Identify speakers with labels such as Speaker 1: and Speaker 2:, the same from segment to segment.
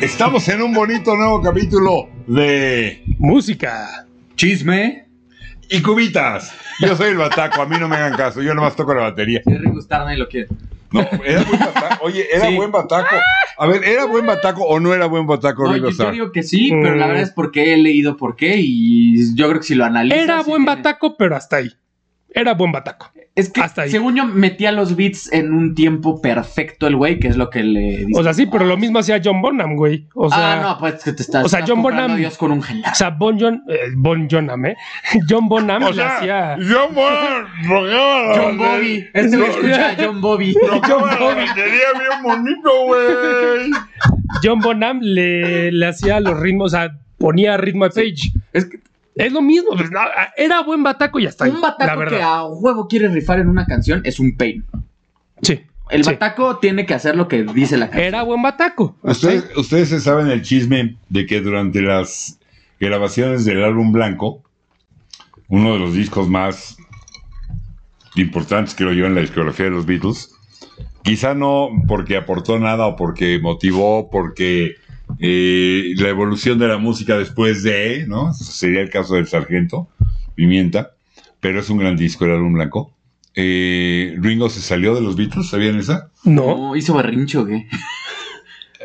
Speaker 1: Estamos en un bonito nuevo capítulo de
Speaker 2: Música.
Speaker 3: Chisme.
Speaker 1: Y cubitas. Yo soy el bataco, a mí no me hagan caso, yo nomás toco la batería.
Speaker 3: Qué rico estar y lo quiero.
Speaker 1: No, era buen bataco. Oye, era
Speaker 3: Sí.
Speaker 1: buen bataco. A ver, ¿era buen bataco o no era buen bataco
Speaker 3: No,
Speaker 1: Ringo
Speaker 3: yo, yo
Speaker 1: Starr?
Speaker 3: digo que sí, pero la verdad es porque he leído por qué y yo creo que si lo analizas.
Speaker 2: Era
Speaker 3: sí
Speaker 2: buen
Speaker 3: tiene-
Speaker 2: bataco, pero hasta ahí. Era buen bataco.
Speaker 3: Es que
Speaker 2: hasta ahí.
Speaker 3: según yo metía los beats en un tiempo perfecto el güey, que es lo que le dice.
Speaker 2: O sea, sí, pero lo mismo hacía John Bonham, güey. O sea,
Speaker 3: ah, no, pues que te estás.
Speaker 2: o sea,
Speaker 3: estás
Speaker 2: John
Speaker 3: comparando
Speaker 2: Bonham-
Speaker 3: a Dios con un genial.
Speaker 2: O sea, Bon John, eh, Bon Jonam, ¿eh? John Bonham
Speaker 1: O
Speaker 2: le hacía.
Speaker 1: sea, yo bueno, tocaba la
Speaker 3: John
Speaker 1: batería.
Speaker 3: Bobby. Este güey escucha a John Bobby.
Speaker 1: Tocaba la batería bien bonito, güey.
Speaker 2: John Bonham le, le hacía los ritmos, o sea, ponía ritmo a Page.
Speaker 3: Es que-
Speaker 2: Es lo mismo, pues, no, era buen bataco y hasta ahí.
Speaker 3: un
Speaker 2: la
Speaker 3: bataco
Speaker 2: verdad.
Speaker 3: que a huevo quiere rifar en una canción es un pain.
Speaker 2: Sí,
Speaker 3: El
Speaker 2: Sí. Eh,
Speaker 3: bataco tiene que hacer lo que dice la canción.
Speaker 2: era buen bataco.
Speaker 1: ¿Ustedes, ustedes se saben el chisme de que durante las grabaciones del álbum blanco, uno de los discos más importantes creo yo en la discografía de los Beatles, quizá no porque aportó nada o porque motivó, porque eh, la evolución de la música después de, ¿no? Sería el caso del Sargento, Pimienta, pero es un gran disco el álbum blanco. Eh, Ringo se salió de los Beatles, ¿sabían esa?
Speaker 2: No,
Speaker 3: hizo barrincho, güey.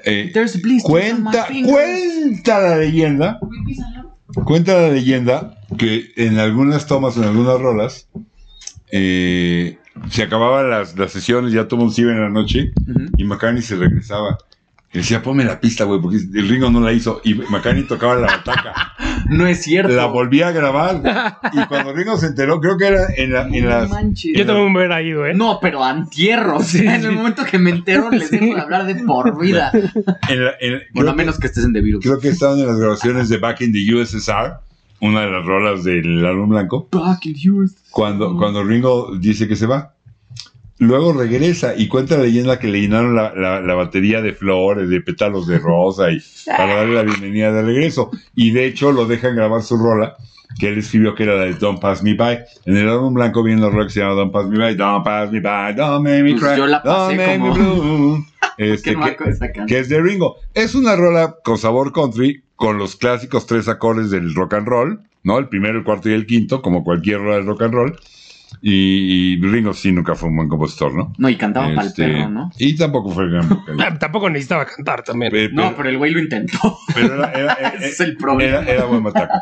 Speaker 1: Eh,
Speaker 3: There's blisters on my
Speaker 1: Cuenta,
Speaker 3: fingers.
Speaker 1: cuenta la leyenda. Cuenta la leyenda que en algunas tomas, en algunas rolas, eh, se acababan las, las sesiones, ya todo el mundo se iba en la noche
Speaker 3: Ujú.
Speaker 1: y McCartney se regresaba. Y decía, ponme la pista, güey, porque el Ringo no la hizo. Y McCartney tocaba la bataca.
Speaker 3: No es cierto.
Speaker 1: la volvía a grabar. Y cuando Ringo se enteró, creo que era en, la- en
Speaker 3: No
Speaker 1: las.
Speaker 3: manches.
Speaker 2: yo también me hubiera ido, ¿eh?
Speaker 3: No, pero antierro. o sea, en el momento que me entero, les dejo de hablar de por vida.
Speaker 1: en la- en-
Speaker 3: Bueno,
Speaker 1: creo
Speaker 3: a
Speaker 1: que-
Speaker 3: menos que estés en The Virus.
Speaker 1: creo que estaban en las grabaciones de Back in the USSR, una de las rolas del álbum blanco.
Speaker 3: Back in yours.
Speaker 1: cuando, cuando Ringo dice que se va. Luego regresa y cuenta la leyenda que le llenaron la, la- la batería de flores, de pétalos de rosa y para darle la bienvenida de regreso. Y de hecho lo dejan grabar su rola, que él escribió que era la de Don't Pass Me By. En el álbum blanco viene la rola que se llama Don't Pass Me By, Don't Pass Me By, Don't Make Me
Speaker 3: Pues
Speaker 1: Cry,
Speaker 3: yo la
Speaker 1: Don't
Speaker 3: pasé
Speaker 1: Make Me
Speaker 3: como-
Speaker 1: Blue.
Speaker 3: Qué
Speaker 1: Este, que-
Speaker 3: maco esa canción.
Speaker 1: que es de Ringo. Es una rola con sabor country, con los clásicos tres acordes del rock and roll, ¿no? El primero, el cuarto y el quinto, como cualquier rola del rock and roll. Y, y Ringo sí nunca fue un buen compositor, ¿no?
Speaker 3: No, y cantaba para el
Speaker 1: Este,
Speaker 3: perro, ¿no?
Speaker 1: Y tampoco fue gran vocalista.
Speaker 2: Ah, Tampoco necesitaba cantar también.
Speaker 1: Pe-
Speaker 3: No, pero el güey lo intentó.
Speaker 1: pero era, era- era-
Speaker 3: Ese es el problema.
Speaker 1: Eh, era- era buen bataco.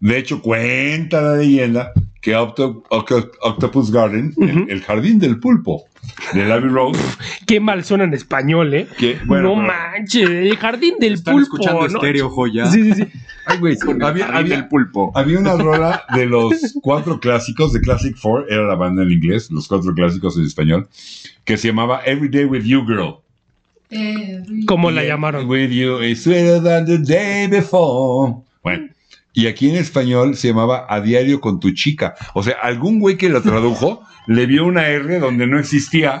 Speaker 1: De hecho, cuenta la leyenda que Octo- Octo- Octopus Garden, el-
Speaker 2: Ujú.
Speaker 1: el, jardín del pulpo de Abbey Road,
Speaker 2: Qué mal suena en español, ¿eh?
Speaker 1: que, bueno,
Speaker 2: no
Speaker 1: pero-
Speaker 2: manches, el jardín del
Speaker 3: Están
Speaker 2: pulpo.
Speaker 3: escuchando
Speaker 2: ¿no?
Speaker 3: estéreo, joya.
Speaker 2: Sí, sí, sí.
Speaker 1: Ay, güey,
Speaker 3: Con el
Speaker 1: había-
Speaker 3: jardín
Speaker 1: había-
Speaker 3: del pulpo.
Speaker 1: Había una rola de los cuatro clásicos, de Classic Four, era la banda en inglés, los cuatro clásicos en español, que se llamaba Every Day With You Girl.
Speaker 4: Eh,
Speaker 2: Como la
Speaker 1: Yeah,
Speaker 2: llamaron.
Speaker 1: With You is sweeter than the day before. Bueno, y aquí en español se llamaba A Diario con tu chica. O sea, algún güey que la tradujo le vio una R donde no existía,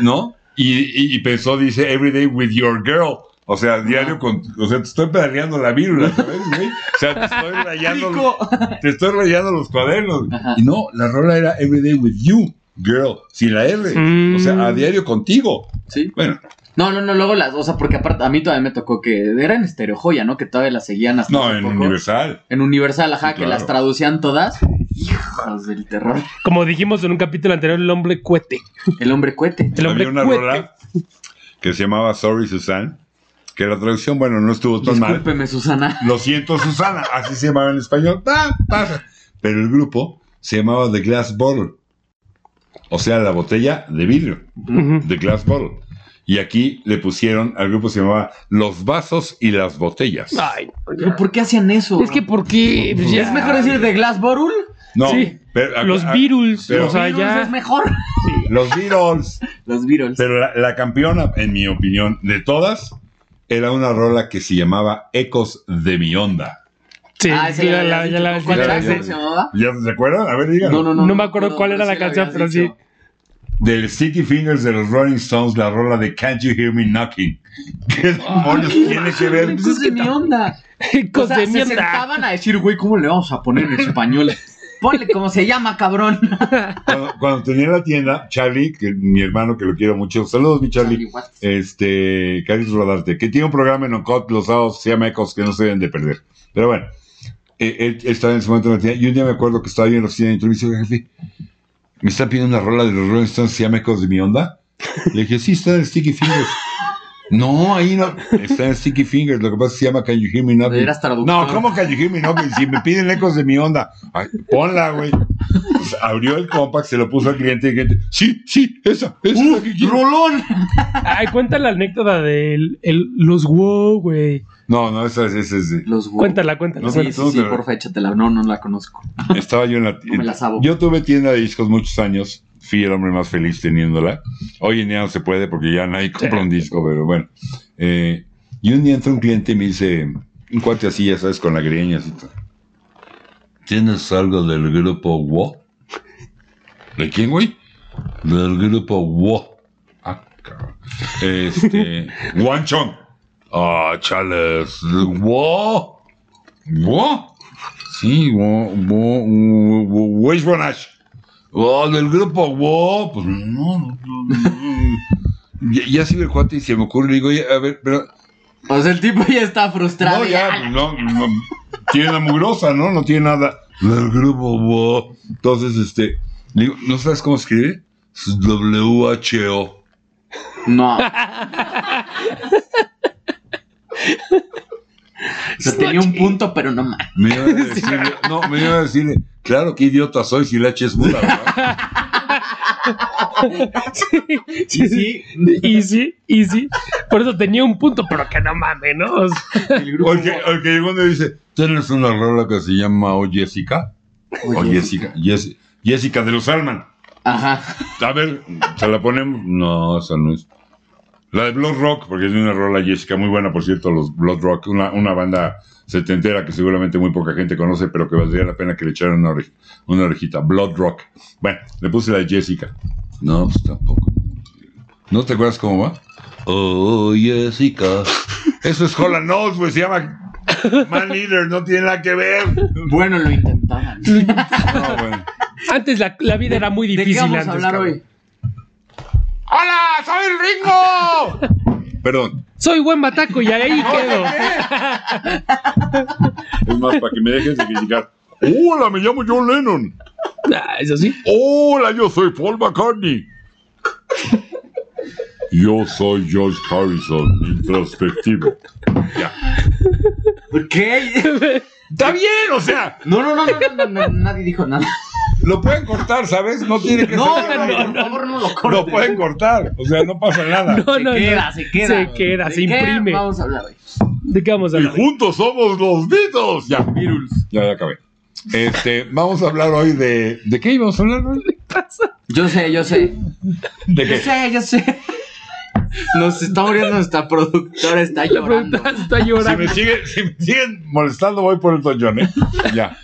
Speaker 1: ¿no? Y, y- y pensó, dice, Every Day With Your Girl. O sea, diario con... O sea, te estoy pedaleando la vírula, ¿sabes, güey? O sea, te estoy rayando...
Speaker 3: Rico.
Speaker 1: Te estoy rayando los cuadernos.
Speaker 3: Ajá.
Speaker 1: Y no, la rola era Everyday with You, girl, sin la R.
Speaker 2: Mm.
Speaker 1: O sea, a diario contigo.
Speaker 3: Sí.
Speaker 1: Bueno,
Speaker 3: No, no, no, luego las, o sea, porque aparte a mí todavía me tocó que eran estereo joya, ¿no? Que todavía las seguían hasta
Speaker 1: no,
Speaker 3: hace
Speaker 1: en
Speaker 3: poco.
Speaker 1: Universal.
Speaker 3: En Universal, ajá,
Speaker 1: Sí,
Speaker 3: que
Speaker 1: claro.
Speaker 3: las traducían todas. Hijos del terror.
Speaker 2: Como dijimos en un capítulo anterior, el hombre cohete.
Speaker 3: El hombre cohete.
Speaker 2: El hombre
Speaker 1: Había una
Speaker 2: cohete.
Speaker 1: rola que se llamaba Sorry Susan, que la traducción, bueno, no estuvo tan Pues mal.
Speaker 3: Discúlpeme, Susana.
Speaker 1: Lo siento, Susana, así se llamaba en español. Ah, pasa. Pero el grupo se llamaba The Glass Bottle. O sea, la botella de vidrio.
Speaker 2: Ujú.
Speaker 1: The Glass Bottle. Y aquí le pusieron, al grupo se llamaba Los Vasos y las Botellas.
Speaker 2: Ay,
Speaker 3: ¿Pero por qué hacían eso?
Speaker 2: es que porque pues, ya-
Speaker 3: es mejor decir de Glass Borul.
Speaker 1: No,
Speaker 2: Sí.
Speaker 1: pero-
Speaker 2: los
Speaker 1: ah,
Speaker 2: Beatles,
Speaker 1: pero-
Speaker 2: o sea,
Speaker 3: Es
Speaker 2: ya
Speaker 3: mejor.
Speaker 1: Los Beatles.
Speaker 3: Los Beatles.
Speaker 1: Pero la, la campeona, en mi opinión, de todas, era una rola que se llamaba Ecos de mi onda.
Speaker 2: sí,
Speaker 3: ah, esa
Speaker 2: ya la-
Speaker 3: habías
Speaker 2: ya
Speaker 3: dicho.
Speaker 2: la-
Speaker 3: ¿Cuál
Speaker 2: ya
Speaker 3: era?
Speaker 2: la-
Speaker 1: ya-
Speaker 3: ¿Cómo se llamaba?
Speaker 1: ¿Ya se acuerdan? A ver, díganlo.
Speaker 2: no me acuerdo cuál era la
Speaker 3: sí
Speaker 2: canción,
Speaker 3: habías
Speaker 2: pero sí.
Speaker 3: dicho.
Speaker 1: del Sticky Fingers de los Rolling Stones la rola de Can't You Hear Me Knocking. ¿Qué
Speaker 3: Ah,
Speaker 1: demonios
Speaker 3: Ay,
Speaker 1: tiene que ver?
Speaker 3: Hijos de mi onda. O
Speaker 2: Hijos
Speaker 3: sea,
Speaker 2: de
Speaker 3: se
Speaker 2: mierda.
Speaker 3: sentaban a decir, güey, ¿cómo le vamos a poner en español? Ponle como se llama, cabrón.
Speaker 1: Cuando, cuando tenía la tienda, Charlie, que mi hermano que lo quiero mucho, saludos mi Charlie,
Speaker 3: Charlie Watts.
Speaker 1: este, Caris Rodarte, que tiene un programa en Oncot los sábados, se llama Ecos, que no se deben de perder. Pero bueno, eh, él estaba en ese momento en la tienda, y un día me acuerdo que estaba yo en la oficina de entrevista, jefe, me está pidiendo una rola de los Rolling Stones, se llama Ecos de mi onda. Le dije, sí, está en Sticky Fingers. No, ahí no. Está en Sticky Fingers. Lo que pasa es que se llama Can You Hear Me Knocking.
Speaker 3: Eras traductor.
Speaker 1: No, ¿cómo Can You Hear Me Knocking? Si me piden ecos de mi onda. Ay, ponla, güey. Pues abrió el compact, se lo puso al cliente y el cliente, sí, sí, esa, esa es la que quiero.
Speaker 3: ¡Uh, ¡Rolón!
Speaker 2: Ay, cuenta la anécdota de los wow, güey.
Speaker 1: No, no, esa es, esa es.
Speaker 3: Los huevos.
Speaker 2: Cuéntala, cuéntala.
Speaker 1: No,
Speaker 3: sí, sí,
Speaker 1: no,
Speaker 3: sí,
Speaker 1: pero-
Speaker 3: porfa, échatela. No, no la conozco.
Speaker 1: Estaba yo en la
Speaker 3: No me la sabo.
Speaker 1: Yo tuve tienda de discos muchos años. Fui el hombre más feliz teniéndola. Hoy en día no se puede porque ya nadie compra un disco, pero bueno. Eh, y un día entra un cliente y me dice, un cuate así, ya sabes, con la greña así. todo. ¿Tienes algo del grupo WO? ¿De quién, güey? Del grupo WO. Ah, cabrón. Este, Wanchon. Ah, chales. WO. WO. Sí, wo, wo, wo, wo- Wishbone Ash. Oh, del grupo, wow, pues no, no, no, no. Ya, ya sigue el cuate y se me ocurre, le digo, oye, a ver, pero.
Speaker 3: O sea, el tipo ya está frustrado.
Speaker 1: No, ya, pues, no, no, tiene la mugrosa, ¿no? No tiene nada. Del grupo, wow. Entonces, este, le digo, ¿no sabes cómo escribe? Es W-H-O.
Speaker 3: No. O sea, tenía un punto, pero no más.
Speaker 1: Me iba a decirle, no, me iba a decirle, claro, qué idiota soy si la H es muda, ¿verdad?
Speaker 3: Sí, sí.
Speaker 2: Easy, easy. Por eso tenía un punto, pero que no mames, ¿no? O sea,
Speaker 3: El grupo.
Speaker 1: O el que, o el que llegó y dice, ¿tienes una rola que se llama O Jessica? O Jessica, Jess- Jessica de los Alman.
Speaker 3: Ajá.
Speaker 1: A ver, se la ponemos. No, esa no es. La de Blood Rock, porque es una rola Jessica muy buena, por cierto, los Blood Rock, una, una banda setentera que seguramente muy poca gente conoce, pero que valdría la pena que le echaran una, orej- una orejita. Blood Rock. Bueno, le puse la de Jessica. No, pues tampoco. ¿No te acuerdas cómo va? Oh, Jessica. Eso es Hola Nose, güey, se llama Man Leader, no tiene nada que ver.
Speaker 3: Bueno, lo intentaban.
Speaker 1: No, bueno.
Speaker 2: antes la, la vida era muy
Speaker 3: ¿De
Speaker 2: difícil.
Speaker 3: qué vamos
Speaker 2: antes,
Speaker 3: a hablar
Speaker 2: cabrón.
Speaker 3: hoy?
Speaker 1: ¡Hola! ¡Soy el Ringo! Perdón.
Speaker 2: Soy buen bataco y ahí quedo.
Speaker 1: Es más, para que me dejes de criticar. Hola, me llamo John Lennon.
Speaker 2: Ah, eso sí.
Speaker 1: Hola, yo soy Paul McCartney. Yo soy George Harrison, introspectivo. Ya.
Speaker 3: ¿Por qué?
Speaker 1: Está bien, o sea,
Speaker 3: No, no, no, no, no, no, no, nadie dijo nada.
Speaker 1: lo pueden cortar, ¿sabes? No tiene que
Speaker 3: No,
Speaker 1: salir al
Speaker 3: no,
Speaker 1: aire.
Speaker 3: no, por favor, no lo cortes.
Speaker 1: Lo pueden cortar, o sea, no pasa nada.
Speaker 2: No,
Speaker 3: Se
Speaker 2: no,
Speaker 3: queda,
Speaker 2: no.
Speaker 3: se queda.
Speaker 2: Se queda,
Speaker 3: ¿De
Speaker 2: se
Speaker 3: qué
Speaker 2: imprime.
Speaker 3: Vamos a hablar hoy.
Speaker 2: ¿De qué vamos a
Speaker 1: Y
Speaker 2: hablar?
Speaker 1: juntos somos los Beatles. Ya,
Speaker 3: Virus.
Speaker 1: ya, ya acabé. Este, vamos a hablar hoy de. ¿De qué íbamos a hablar hoy?
Speaker 3: Yo sé, yo sé.
Speaker 1: ¿De
Speaker 3: Yo
Speaker 1: qué?
Speaker 3: sé, yo sé. Nos está muriendo nuestra productora, está
Speaker 2: La
Speaker 3: llorando.
Speaker 2: pregunta está
Speaker 1: Si
Speaker 2: llorando.
Speaker 1: me, sigue- si me siguen molestando, voy por el John, ¿eh? Ya.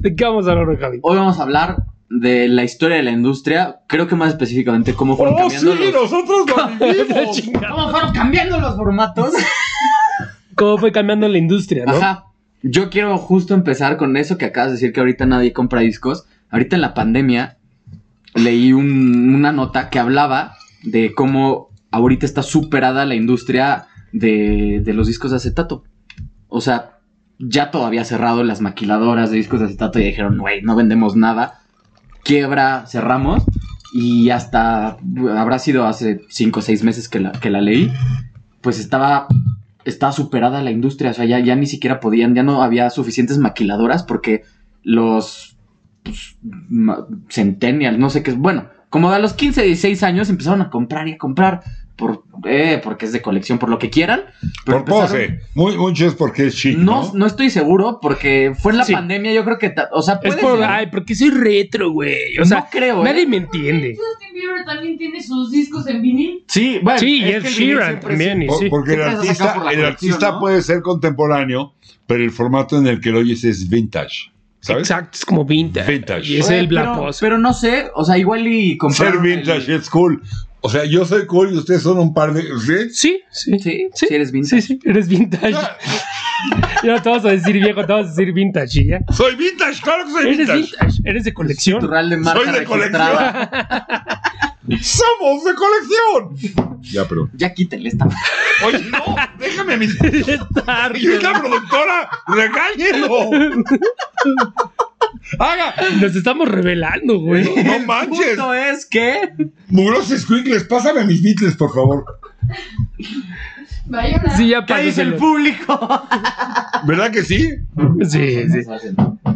Speaker 2: ¿De qué vamos a hablar hoy, Javi?
Speaker 3: Hoy vamos a hablar de la historia de la industria, creo que más específicamente cómo fueron
Speaker 1: ¡Oh, sí!
Speaker 3: cambiando los...
Speaker 1: ¡Nosotros lo vivimos!
Speaker 3: ¿Cómo fueron cambiando los formatos?
Speaker 2: ¿Cómo fue cambiando la industria, no?
Speaker 3: Ajá. Yo quiero justo empezar con eso que acabas de decir que ahorita nadie compra discos. Ahorita en la pandemia leí un- una nota que hablaba de cómo ahorita está superada la industria de, de los discos de acetato. O sea, ya todavía cerrado las maquiladoras de discos de acetato y dijeron, güey, no vendemos nada. Quiebra, cerramos. Y hasta bueno, habrá sido hace 5 o 6 meses que la, que la leí. Pues estaba está superada la industria, o sea, ya, ya ni siquiera podían, ya no había suficientes maquiladoras porque los pues, ma- centennials, no sé qué es, bueno, como a los 15, 16 años empezaron a comprar y a comprar por, eh, porque es de colección, por lo que quieran. pero
Speaker 1: Por
Speaker 3: empezaron-
Speaker 1: pose. Muy, mucho es porque es chic,
Speaker 3: No,
Speaker 1: ¿no?
Speaker 3: no estoy seguro porque fue en la
Speaker 2: Sí.
Speaker 3: pandemia, yo creo que, ta- o sea,
Speaker 2: Es
Speaker 3: puede
Speaker 2: por,
Speaker 3: ser.
Speaker 2: ay, porque soy retro, güey. O sea,
Speaker 3: no creo, ¿eh?
Speaker 2: nadie me entiende.
Speaker 4: Justin Bieber también tiene sus discos en vinil.
Speaker 3: Sí, bueno,
Speaker 2: Sí, y
Speaker 3: es
Speaker 2: el
Speaker 3: que vinil
Speaker 2: Sheeran
Speaker 3: siempre es-
Speaker 2: también, y
Speaker 1: Por-
Speaker 2: sí.
Speaker 1: porque el
Speaker 3: Siempre se
Speaker 1: artista,
Speaker 3: saca por la
Speaker 1: el
Speaker 3: colección,
Speaker 1: artista
Speaker 3: ¿no?
Speaker 1: puede ser contemporáneo, pero el formato en el que lo oyes es vintage. ¿sabes?
Speaker 2: Exacto, es como vintage.
Speaker 1: Vintage.
Speaker 2: Y es
Speaker 3: Oye,
Speaker 2: el Black
Speaker 3: pero,
Speaker 2: Boss.
Speaker 3: pero no sé, o sea, igual y comprar.
Speaker 1: Ser vintage es cool. O sea, yo soy cool y ustedes son un par de. ¿Ustedes?
Speaker 2: Sí, sí.
Speaker 3: Sí, sí, eres vintage.
Speaker 2: Sí, sí, eres vintage.
Speaker 1: Ah,
Speaker 2: Ya no te vas a decir viejo, te vas a decir vintage y ya.
Speaker 1: Soy vintage, claro que soy
Speaker 2: Eres
Speaker 1: vintage.
Speaker 2: vintage, eres de colección.
Speaker 3: Cultural de marca
Speaker 1: Soy de
Speaker 3: registrada.
Speaker 1: Somos de colección. Ya, pero.
Speaker 3: Ya quítenle esta.
Speaker 1: Oye, no, déjame mis.
Speaker 2: Está
Speaker 1: Y es
Speaker 2: harto.
Speaker 1: la productora, regáñenlo. Haga,
Speaker 2: Nos estamos revelando, güey.
Speaker 1: no
Speaker 3: El
Speaker 1: manches.
Speaker 3: punto es que.
Speaker 1: Muros Squinkles, pásame mis Beatles, por favor.
Speaker 4: Vaya una-
Speaker 2: Sí, ya
Speaker 3: ¿Qué dice el
Speaker 2: pásaselo.
Speaker 3: público?
Speaker 1: ¿Verdad que sí?
Speaker 2: Sí, sí.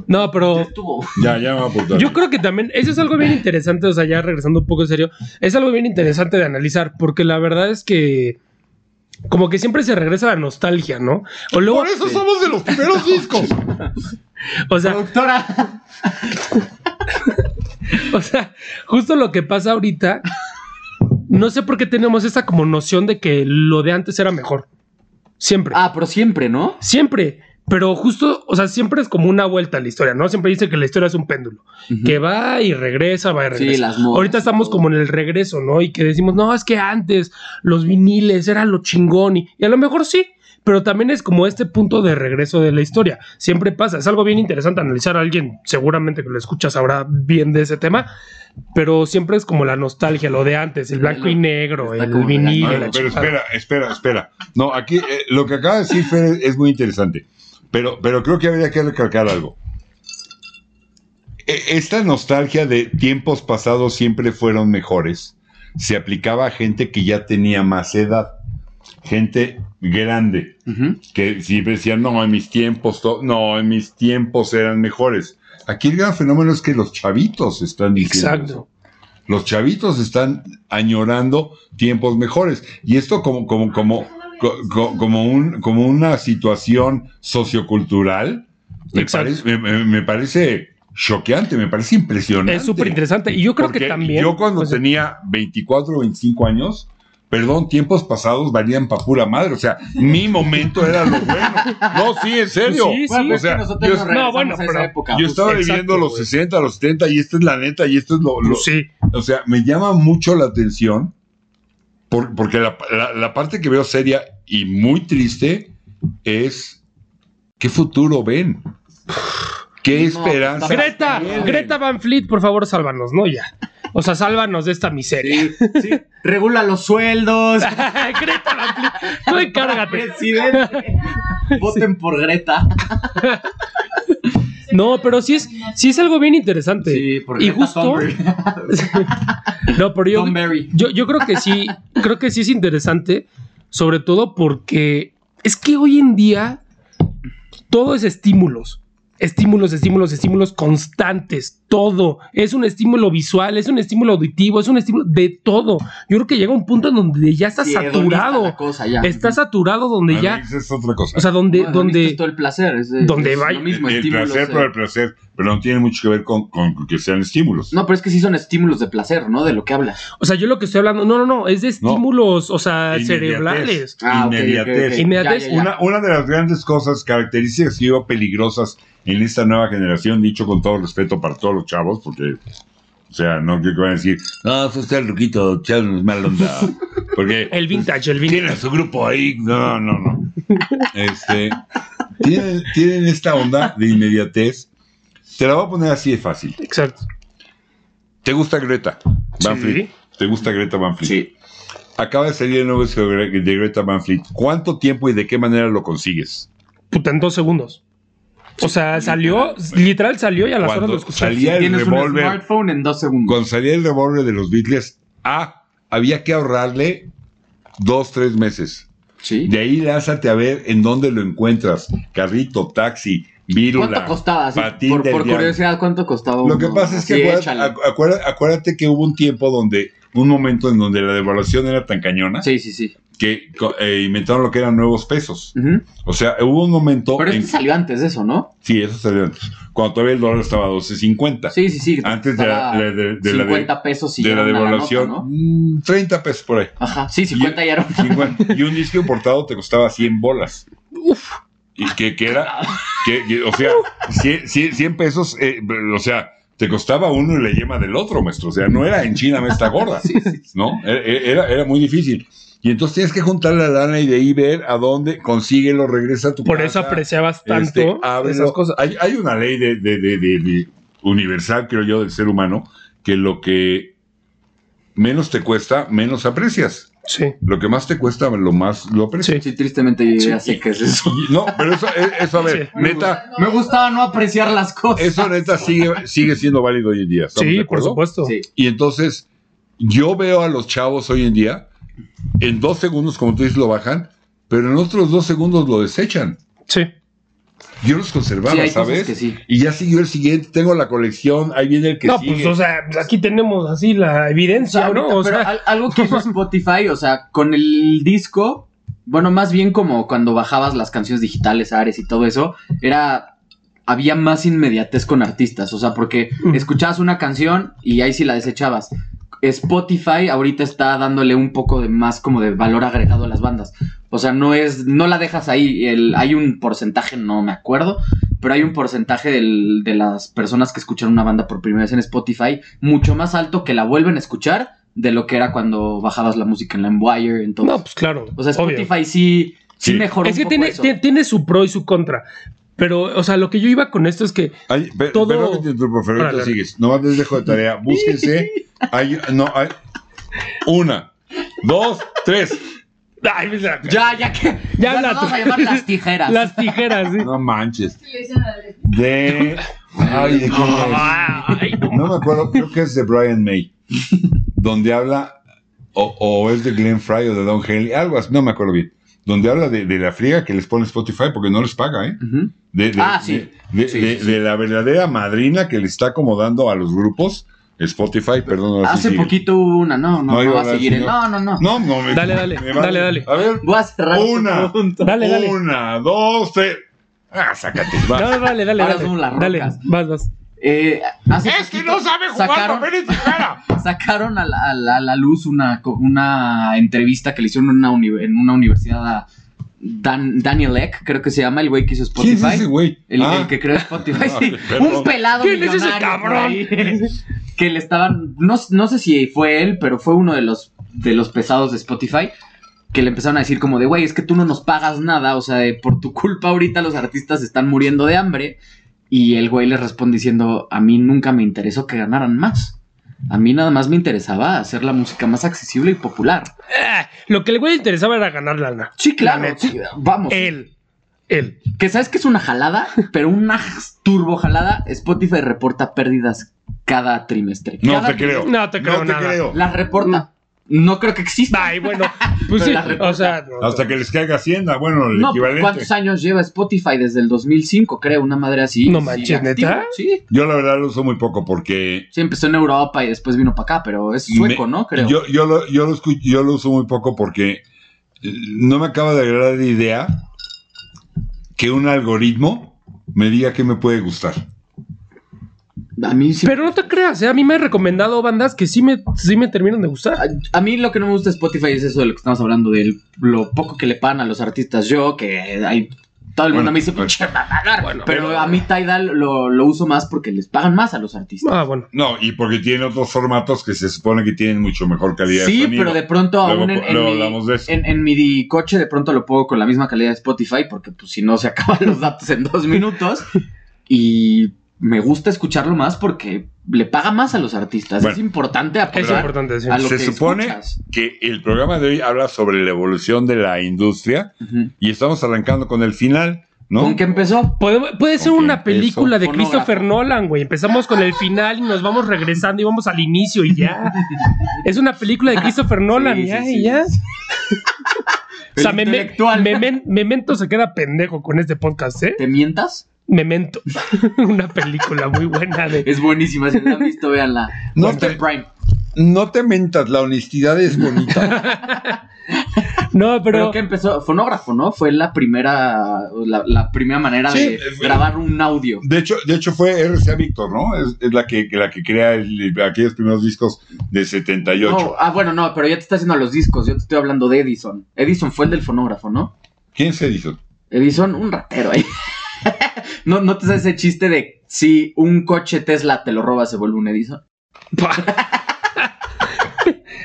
Speaker 2: No,
Speaker 3: Ya
Speaker 2: pero
Speaker 3: estuvo.
Speaker 1: Ya, ya me va a aportar.
Speaker 2: Yo creo que también, eso es algo bien interesante, o sea, ya regresando un poco en serio, es algo bien interesante de analizar, porque la verdad es que como que siempre se regresa a la nostalgia, ¿no? O luego,
Speaker 1: Por eso somos de los primeros discos.
Speaker 2: o sea,
Speaker 3: Productora.
Speaker 2: o sea, justo lo que pasa ahorita, no sé por qué tenemos esa como noción de que lo de antes era mejor. Siempre.
Speaker 3: Ah, pero siempre, ¿no?
Speaker 2: Siempre. Pero justo, o sea, siempre es como una vuelta a la historia, ¿no? Siempre dice que la historia es un péndulo, que va y regresa, va y regresa.
Speaker 3: Sí, las modas.
Speaker 2: Ahorita estamos como en el regreso, ¿no? Y que decimos, no, es que antes los viniles eran lo chingón. Y, y a lo mejor sí, pero también es como este punto de regreso de la historia. Siempre pasa. Es algo bien interesante analizar a alguien, seguramente que lo escuchas sabrá bien de ese tema, pero siempre es como la nostalgia, lo de antes, el blanco y negro,
Speaker 3: Está
Speaker 2: el
Speaker 3: como
Speaker 2: vinil.
Speaker 1: A
Speaker 3: regañado.
Speaker 1: ver,
Speaker 2: y la
Speaker 1: pero
Speaker 2: chingada.
Speaker 1: espera, espera, espera. No, aquí eh, lo que acaba de decir Fer es muy interesante. Pero, pero creo que habría que recalcar algo. E- Esta nostalgia de tiempos pasados siempre fueron mejores se aplicaba a gente que ya tenía más edad, gente grande,
Speaker 3: Ujú.
Speaker 1: que siempre decían, no, en mis tiempos, to- no, en mis tiempos eran mejores. Aquí el gran fenómeno es que los chavitos están diciendo eso.
Speaker 2: Exacto.
Speaker 1: Los chavitos están añorando tiempos mejores. Y esto como, como, como, co- co- como, un, como una situación sociocultural, me,
Speaker 2: Exacto.
Speaker 1: parece- me- me- me parece choqueante, me parece impresionante.
Speaker 2: Es súper interesante. Y yo creo
Speaker 1: Porque
Speaker 2: que también. pues,
Speaker 1: Yo cuando
Speaker 2: o sea,
Speaker 1: tenía 24 o 25 años, perdón, tiempos pasados valían para pura madre. O sea, mi momento era lo bueno. No, sí, en serio.
Speaker 2: Sí, sí.
Speaker 1: O sea,
Speaker 3: pues nosotros
Speaker 1: yo-
Speaker 3: nos regresamos
Speaker 2: no, bueno,
Speaker 3: a esa
Speaker 2: pero
Speaker 3: época.
Speaker 1: Yo estaba
Speaker 2: Exacto, Pues
Speaker 1: viviendo los
Speaker 2: güey.
Speaker 1: 60, los 70 y esta es la neta y esto es lo, lo-
Speaker 2: Sí,
Speaker 1: o sea, me llama mucho la atención por- porque la, la- la parte que veo seria y muy triste es qué futuro ven, qué
Speaker 3: No,
Speaker 1: esperanza.
Speaker 3: está-
Speaker 2: Greta,
Speaker 1: Bien.
Speaker 2: Greta Van Fleet, por favor, sálvanos, ¿no? Ya. O sea, sálvanos de esta miseria.
Speaker 3: Sí, sí. Regula los sueldos.
Speaker 2: Greta Van Fleet, tú encárgate.
Speaker 3: Presidente. Voten por Greta.
Speaker 2: No, pero sí es, sí es algo bien interesante.
Speaker 3: por
Speaker 2: y justo. No, pero yo,
Speaker 3: Tom Berry.
Speaker 2: yo, yo creo que sí, creo que sí es interesante, sobre todo porque es que hoy en día todo es estímulos. Estímulos, estímulos, estímulos constantes, todo. Es un estímulo visual, es un estímulo auditivo, es un estímulo de todo. Yo creo que llega un punto en donde ya estás
Speaker 3: Sí, hedonista la
Speaker 2: saturado.
Speaker 3: cosa, ya.
Speaker 2: Está saturado donde ya,
Speaker 1: Alex, es otra cosa.
Speaker 2: o sea,
Speaker 3: No,
Speaker 2: donde,
Speaker 3: hedonista es
Speaker 2: donde,
Speaker 3: todo el placer. Es,
Speaker 2: donde
Speaker 3: es
Speaker 2: vaya-
Speaker 3: Lo mismo,
Speaker 1: el, el
Speaker 3: estímulos,
Speaker 1: placer,
Speaker 3: eh.
Speaker 1: pero el placer, pero no tiene mucho que ver con, con que sean estímulos.
Speaker 3: No, pero es que sí son estímulos de placer, ¿no? De lo que hablas.
Speaker 2: o sea, yo lo que estoy hablando, no, no, no, es de estímulos, o sea,
Speaker 1: Inmediatez.
Speaker 2: cerebrales.
Speaker 3: Ah, ok, ok, ok.
Speaker 1: Inmediatez.
Speaker 3: Ya,
Speaker 2: Inmediatez,
Speaker 3: ya, ya.
Speaker 1: Una, una de las grandes cosas, características y digo peligrosas en esta nueva generación, dicho con todo respeto para todos los chavos, porque, o sea, no quiero que van a decir, no, sos el ruquito, chavos, no es mala onda. Porque
Speaker 2: El vintage, el vintage.
Speaker 1: tienen a su grupo ahí. No, no, no. Este, tienen, tienen esta onda de inmediatez. Te la voy a poner así de fácil.
Speaker 2: Exacto.
Speaker 1: ¿Te gusta Greta Van
Speaker 2: Sí.
Speaker 1: Fleet? ¿Te gusta Greta Van Fleet? Acaba de salir el nuevo disco de Gre- de Greta Van Fleet. ¿Cuánto tiempo y de qué manera lo consigues?
Speaker 2: puta, en dos segundos. O sea, salió, literal salió y a las horas
Speaker 1: Cuando
Speaker 2: lo escuché.
Speaker 1: salía el
Speaker 3: Tienes
Speaker 1: revólver,
Speaker 3: un smartphone en dos segundos.
Speaker 1: cuando salía el revólver de los Beatles, ah, había que ahorrarle dos, tres meses.
Speaker 3: Sí.
Speaker 1: De ahí lázate a ver en dónde lo encuentras. Carrito, taxi,
Speaker 3: ¿Cuánto
Speaker 1: vírula.
Speaker 3: costaba? Así,
Speaker 1: patín
Speaker 3: por
Speaker 1: del
Speaker 3: por
Speaker 1: diablo.
Speaker 3: curiosidad, ¿cuánto costaba
Speaker 1: Lo que
Speaker 3: uno?
Speaker 1: pasa es que
Speaker 3: Así,
Speaker 1: acuérdate,
Speaker 3: échale.
Speaker 1: acu- acuérdate- acuérdate que hubo un tiempo donde, un momento en donde la devaluación era tan cañona
Speaker 3: Sí, sí, sí.
Speaker 1: que co- eh, inventaron lo que eran nuevos pesos.
Speaker 3: Ujú.
Speaker 1: O sea, hubo un momento
Speaker 3: Pero
Speaker 1: Oh, en
Speaker 3: este salió antes de eso, ¿no?
Speaker 1: sí, eso salió antes, cuando todavía el dólar estaba a 12.50.
Speaker 3: Sí, sí, sí.
Speaker 1: Antes de la,
Speaker 3: Costaba
Speaker 1: de, de- de la de-
Speaker 3: 50 pesos y
Speaker 1: de
Speaker 3: ya
Speaker 1: la
Speaker 3: era una
Speaker 1: devaluación,
Speaker 3: nota, ¿no?
Speaker 1: mm, 30 pesos por ahí.
Speaker 3: Ajá, sí, 50 ya era una-
Speaker 1: 50. Y un disco importado te costaba 100 bolas.
Speaker 2: Uf,
Speaker 1: Y que, que era, Que, que, o sea, 100, pesos, eh, o sea, te costaba uno y la yema del otro, maestro. O sea, no era en China esta gorda, ¿no? Era, era, era muy difícil. Y entonces tienes que juntar la lana y de ahí ver a dónde consíguelo, regresa a tu
Speaker 2: Por eso
Speaker 1: casa,
Speaker 2: apreciabas tanto
Speaker 1: este, ábrelo.
Speaker 2: esas cosas.
Speaker 1: Hay, hay una ley de, de- de- de- de- universal, creo yo, del ser humano, que lo que menos te cuesta, menos aprecias.
Speaker 2: Sí.
Speaker 1: Lo que más te cuesta, lo más lo aprecias.
Speaker 2: Sí.
Speaker 3: Sí, tristemente yo ya sé que es eso.
Speaker 1: Y- No, pero eso, e- eso a ver,
Speaker 2: Sí.
Speaker 1: neta,
Speaker 3: Me gustaba no apreciar las cosas.
Speaker 1: eso neta sigue, sigue siendo válido hoy en día. ¿estamos de
Speaker 2: Sí, por
Speaker 1: acuerdo?
Speaker 2: supuesto.
Speaker 3: Sí.
Speaker 1: Y entonces, yo veo a los chavos hoy en día, en dos segundos, como tú dices, lo bajan, pero en otros dos segundos lo desechan.
Speaker 2: Sí.
Speaker 1: Yo los conservaba,
Speaker 3: Sí, hay cosas
Speaker 1: ¿sabes?
Speaker 3: que sí.
Speaker 1: Y ya siguió el siguiente, tengo la colección, ahí viene el que
Speaker 2: No,
Speaker 1: sigue.
Speaker 2: pues, o sea, pues, aquí tenemos así la
Speaker 3: Sí,
Speaker 2: evidencia,
Speaker 3: ahorita,
Speaker 2: ¿no? O
Speaker 3: pero
Speaker 2: sea,
Speaker 3: al- algo que hizo Spotify, o sea, con el disco, bueno, más bien como cuando bajabas las canciones digitales, Ares y todo eso, era había más inmediatez con artistas, o sea, porque
Speaker 2: Mm.
Speaker 3: escuchabas una canción y ahí sí la desechabas. Spotify ahorita está dándole un poco de más como de valor agregado a las bandas. O sea, no es no la dejas ahí, el- hay un porcentaje, no me acuerdo, pero hay un porcentaje del- de las personas que escuchan una banda por primera vez en Spotify mucho más alto que la vuelven a escuchar de lo que era cuando bajabas la música en la Wire, entonces.
Speaker 2: no, pues claro.
Speaker 3: o sea,
Speaker 2: obvio.
Speaker 3: Spotify sí sí,
Speaker 1: Sí.
Speaker 3: mejoró
Speaker 2: Es
Speaker 3: un
Speaker 2: que
Speaker 3: poco
Speaker 2: tiene,
Speaker 3: eso.
Speaker 2: tiene, tiene su pro y su contra. Pero, o sea, lo que yo iba con esto es que.
Speaker 1: Ay, pe-
Speaker 2: todo-
Speaker 1: perdón que te interrumpa, pero ahorita
Speaker 2: Órale, órale.
Speaker 1: sigues. Nomás les dejo de tarea. Búsquense. Hay, no, hay, una, dos, tres.
Speaker 2: Ay, mira,
Speaker 3: Ya, ya que
Speaker 2: Ya
Speaker 3: ya,
Speaker 2: la-
Speaker 3: nos vamos a llamar las tijeras.
Speaker 2: Las tijeras, sí.
Speaker 1: No manches.
Speaker 4: Le dicen a Adri.
Speaker 1: De. Ay, ¿de quién es?
Speaker 2: Ay,
Speaker 1: No me acuerdo, creo que es de Brian May, donde habla, o, o es de Glenn Fry o de Don Henley, algo así, no me acuerdo bien, donde habla de, de la friega que les pone Spotify porque no les paga, ¿eh?
Speaker 3: Ujú.
Speaker 1: De, de-
Speaker 3: Ah, sí.
Speaker 1: de- de-
Speaker 3: Sí, sí,
Speaker 1: de-
Speaker 3: sí.
Speaker 1: de la verdadera madrina que le está acomodando a los grupos, Spotify, perdón, ahora sí
Speaker 3: Hace
Speaker 1: sigue.
Speaker 3: poquito hubo una, no, no,
Speaker 1: No,
Speaker 3: no,
Speaker 1: iba
Speaker 3: va
Speaker 1: a
Speaker 3: a
Speaker 1: hablar,
Speaker 3: seguir. el-
Speaker 1: señor.
Speaker 3: No, no, no.
Speaker 1: No, no, me-
Speaker 2: Dale, dale,
Speaker 1: me vale.
Speaker 2: dale, dale.
Speaker 1: A ver,
Speaker 3: Voy a cerrar este
Speaker 1: Una.
Speaker 3: tu pregunta.
Speaker 2: Dale, dale.
Speaker 1: una, dos, tres. Ah, sácate, va.
Speaker 2: No, dale, dale,
Speaker 3: Ahora
Speaker 2: dale.
Speaker 3: somos las
Speaker 2: Dale,
Speaker 3: rocas.
Speaker 2: vas, vas.
Speaker 3: Eh, hace
Speaker 1: Es que
Speaker 3: poquito
Speaker 1: no sabe jugar
Speaker 3: sacaron-
Speaker 1: papel y tijera.
Speaker 3: sacaron a la, a la- a la luz una, co- una entrevista que le hicieron en una, uni- en una universidad a Dan- Daniel Eck, creo que se llama, el güey que hizo
Speaker 1: ¿Quién es
Speaker 3: Spotify.
Speaker 1: ese güey?
Speaker 3: El,
Speaker 1: Ah.
Speaker 3: el que creó Spotify.
Speaker 1: Ah,
Speaker 3: sí.
Speaker 1: perdón.
Speaker 3: Un pelado
Speaker 2: ¿Quién es ese
Speaker 3: millonario por
Speaker 2: cabrón?
Speaker 3: ahí. que le estaban. No, no sé si fue él, pero fue uno de los, de los pesados de Spotify. Que le empezaron a decir como de, güey, es que tú no nos pagas nada. O sea, de, por tu culpa ahorita los artistas están muriendo de hambre. Y el güey les responde diciendo, a mí nunca me interesó que ganaran más. A mí nada más me interesaba hacer la música más accesible y popular.
Speaker 2: Eh, lo que el güey le interesaba era ganar lana.
Speaker 3: Sí, claro.
Speaker 2: La neta.
Speaker 3: sí, vamos.
Speaker 2: Él. Él.
Speaker 3: Que sabes que es una jalada, pero una turbo jalada. Spotify reporta pérdidas cada trimestre.
Speaker 1: No
Speaker 3: Cada
Speaker 1: te creo.
Speaker 2: No te creo
Speaker 1: No te
Speaker 2: nada.
Speaker 1: creo.
Speaker 3: Las reporta. No creo que exista.
Speaker 2: Ay, bueno. Pues
Speaker 3: Pero
Speaker 2: sí,
Speaker 3: la reporta.
Speaker 2: o sea. no,
Speaker 1: Hasta que les caiga Hacienda, bueno, el
Speaker 3: No,
Speaker 1: equivalente.
Speaker 3: ¿cuántos años lleva Spotify? Desde el 2005, creo, una madre así.
Speaker 2: No
Speaker 3: Sí,
Speaker 2: manches,
Speaker 3: activo.
Speaker 2: ¿neta?
Speaker 3: Sí.
Speaker 1: Yo la verdad lo uso muy poco porque
Speaker 3: Sí, empezó en Europa y después vino para acá, pero es sueco,
Speaker 1: me-
Speaker 3: ¿no? Creo.
Speaker 1: Yo, yo, lo, yo, lo escu- yo lo uso muy poco porque eh, no me acaba de agradar la idea que un algoritmo me diga que me puede gustar.
Speaker 3: a mí sí.
Speaker 2: Pero no te creas, ¿eh? a mí me ha recomendado bandas que sí me, sí me terminan de gustar.
Speaker 3: a, a mí lo que no me gusta de Spotify es eso de lo que estamos hablando, de lo poco que le pagan a los artistas. Yo, que hay. Todo el mundo
Speaker 1: Bueno, pues,
Speaker 3: me dice,
Speaker 1: bueno.
Speaker 3: pinche mamador",
Speaker 2: Bueno,
Speaker 3: pero,
Speaker 2: pero-
Speaker 3: a mí Tidal lo, lo uso más porque les pagan más a los artistas.
Speaker 2: Ah, bueno.
Speaker 1: No, y porque tiene otros formatos que se supone que tienen mucho mejor calidad de
Speaker 3: Sí,
Speaker 1: sonido.
Speaker 3: pero de pronto
Speaker 1: Luego
Speaker 3: aún en,
Speaker 1: po-
Speaker 3: en
Speaker 1: luego
Speaker 3: mi,
Speaker 1: hablamos de eso.
Speaker 3: en- en mi di- coche de pronto lo pongo con la misma calidad de Spotify porque pues si no se acaban los datos en dos minutos y me gusta escucharlo más porque le paga más a los artistas.
Speaker 1: Bueno.
Speaker 3: es importante apoyar
Speaker 2: Es importante, sí.
Speaker 3: a lo
Speaker 1: Se
Speaker 3: que
Speaker 1: supone-
Speaker 3: escuchas.
Speaker 1: Que el programa de hoy habla sobre la evolución de la industria
Speaker 3: Ujú.
Speaker 1: y estamos arrancando con el final, ¿no?
Speaker 3: ¿Con qué empezó?
Speaker 2: Podemos- puede ser
Speaker 1: Ok,
Speaker 2: una
Speaker 1: eso.
Speaker 2: película de
Speaker 3: Fonógrafo.
Speaker 2: Christopher Nolan, güey. Empezamos con el final y nos vamos regresando y vamos al inicio y ya. Es una película de Christopher Nolan,
Speaker 3: sí,
Speaker 2: ya,
Speaker 3: sí,
Speaker 2: y
Speaker 3: sí,
Speaker 2: ya.
Speaker 3: sí.
Speaker 2: O sea,
Speaker 3: El
Speaker 2: Meme-
Speaker 3: intelectual.
Speaker 2: Memen- Memento se queda pendejo con este podcast, ¿eh?
Speaker 3: ¿Te mientas?
Speaker 2: Memento. una película muy buena de.
Speaker 3: Es buenísima, si no la han visto, véanla.
Speaker 1: No
Speaker 3: Está
Speaker 1: te-
Speaker 3: en Prime.
Speaker 1: No te mentas, la honestidad es bonita.
Speaker 2: No,
Speaker 3: Pero,
Speaker 2: pero.
Speaker 3: que empezó, fonógrafo, ¿no? Fue la primera, la, la primera manera
Speaker 1: Sí,
Speaker 3: de
Speaker 1: fue-
Speaker 3: grabar un audio.
Speaker 1: De hecho, de hecho fue RCA Víctor, ¿no? Es, es la que la que crea el- aquellos primeros discos de 78.
Speaker 3: No, ah, bueno, no, pero ya te está haciendo los discos. Yo te estoy hablando de Edison. Edison fue el del fonógrafo, ¿no?
Speaker 1: ¿Quién se hizo?
Speaker 3: Edison, un ratero ahí. ¿No, ¿No te sabes ese chiste de si un coche Tesla te lo roba, se vuelve un Edison?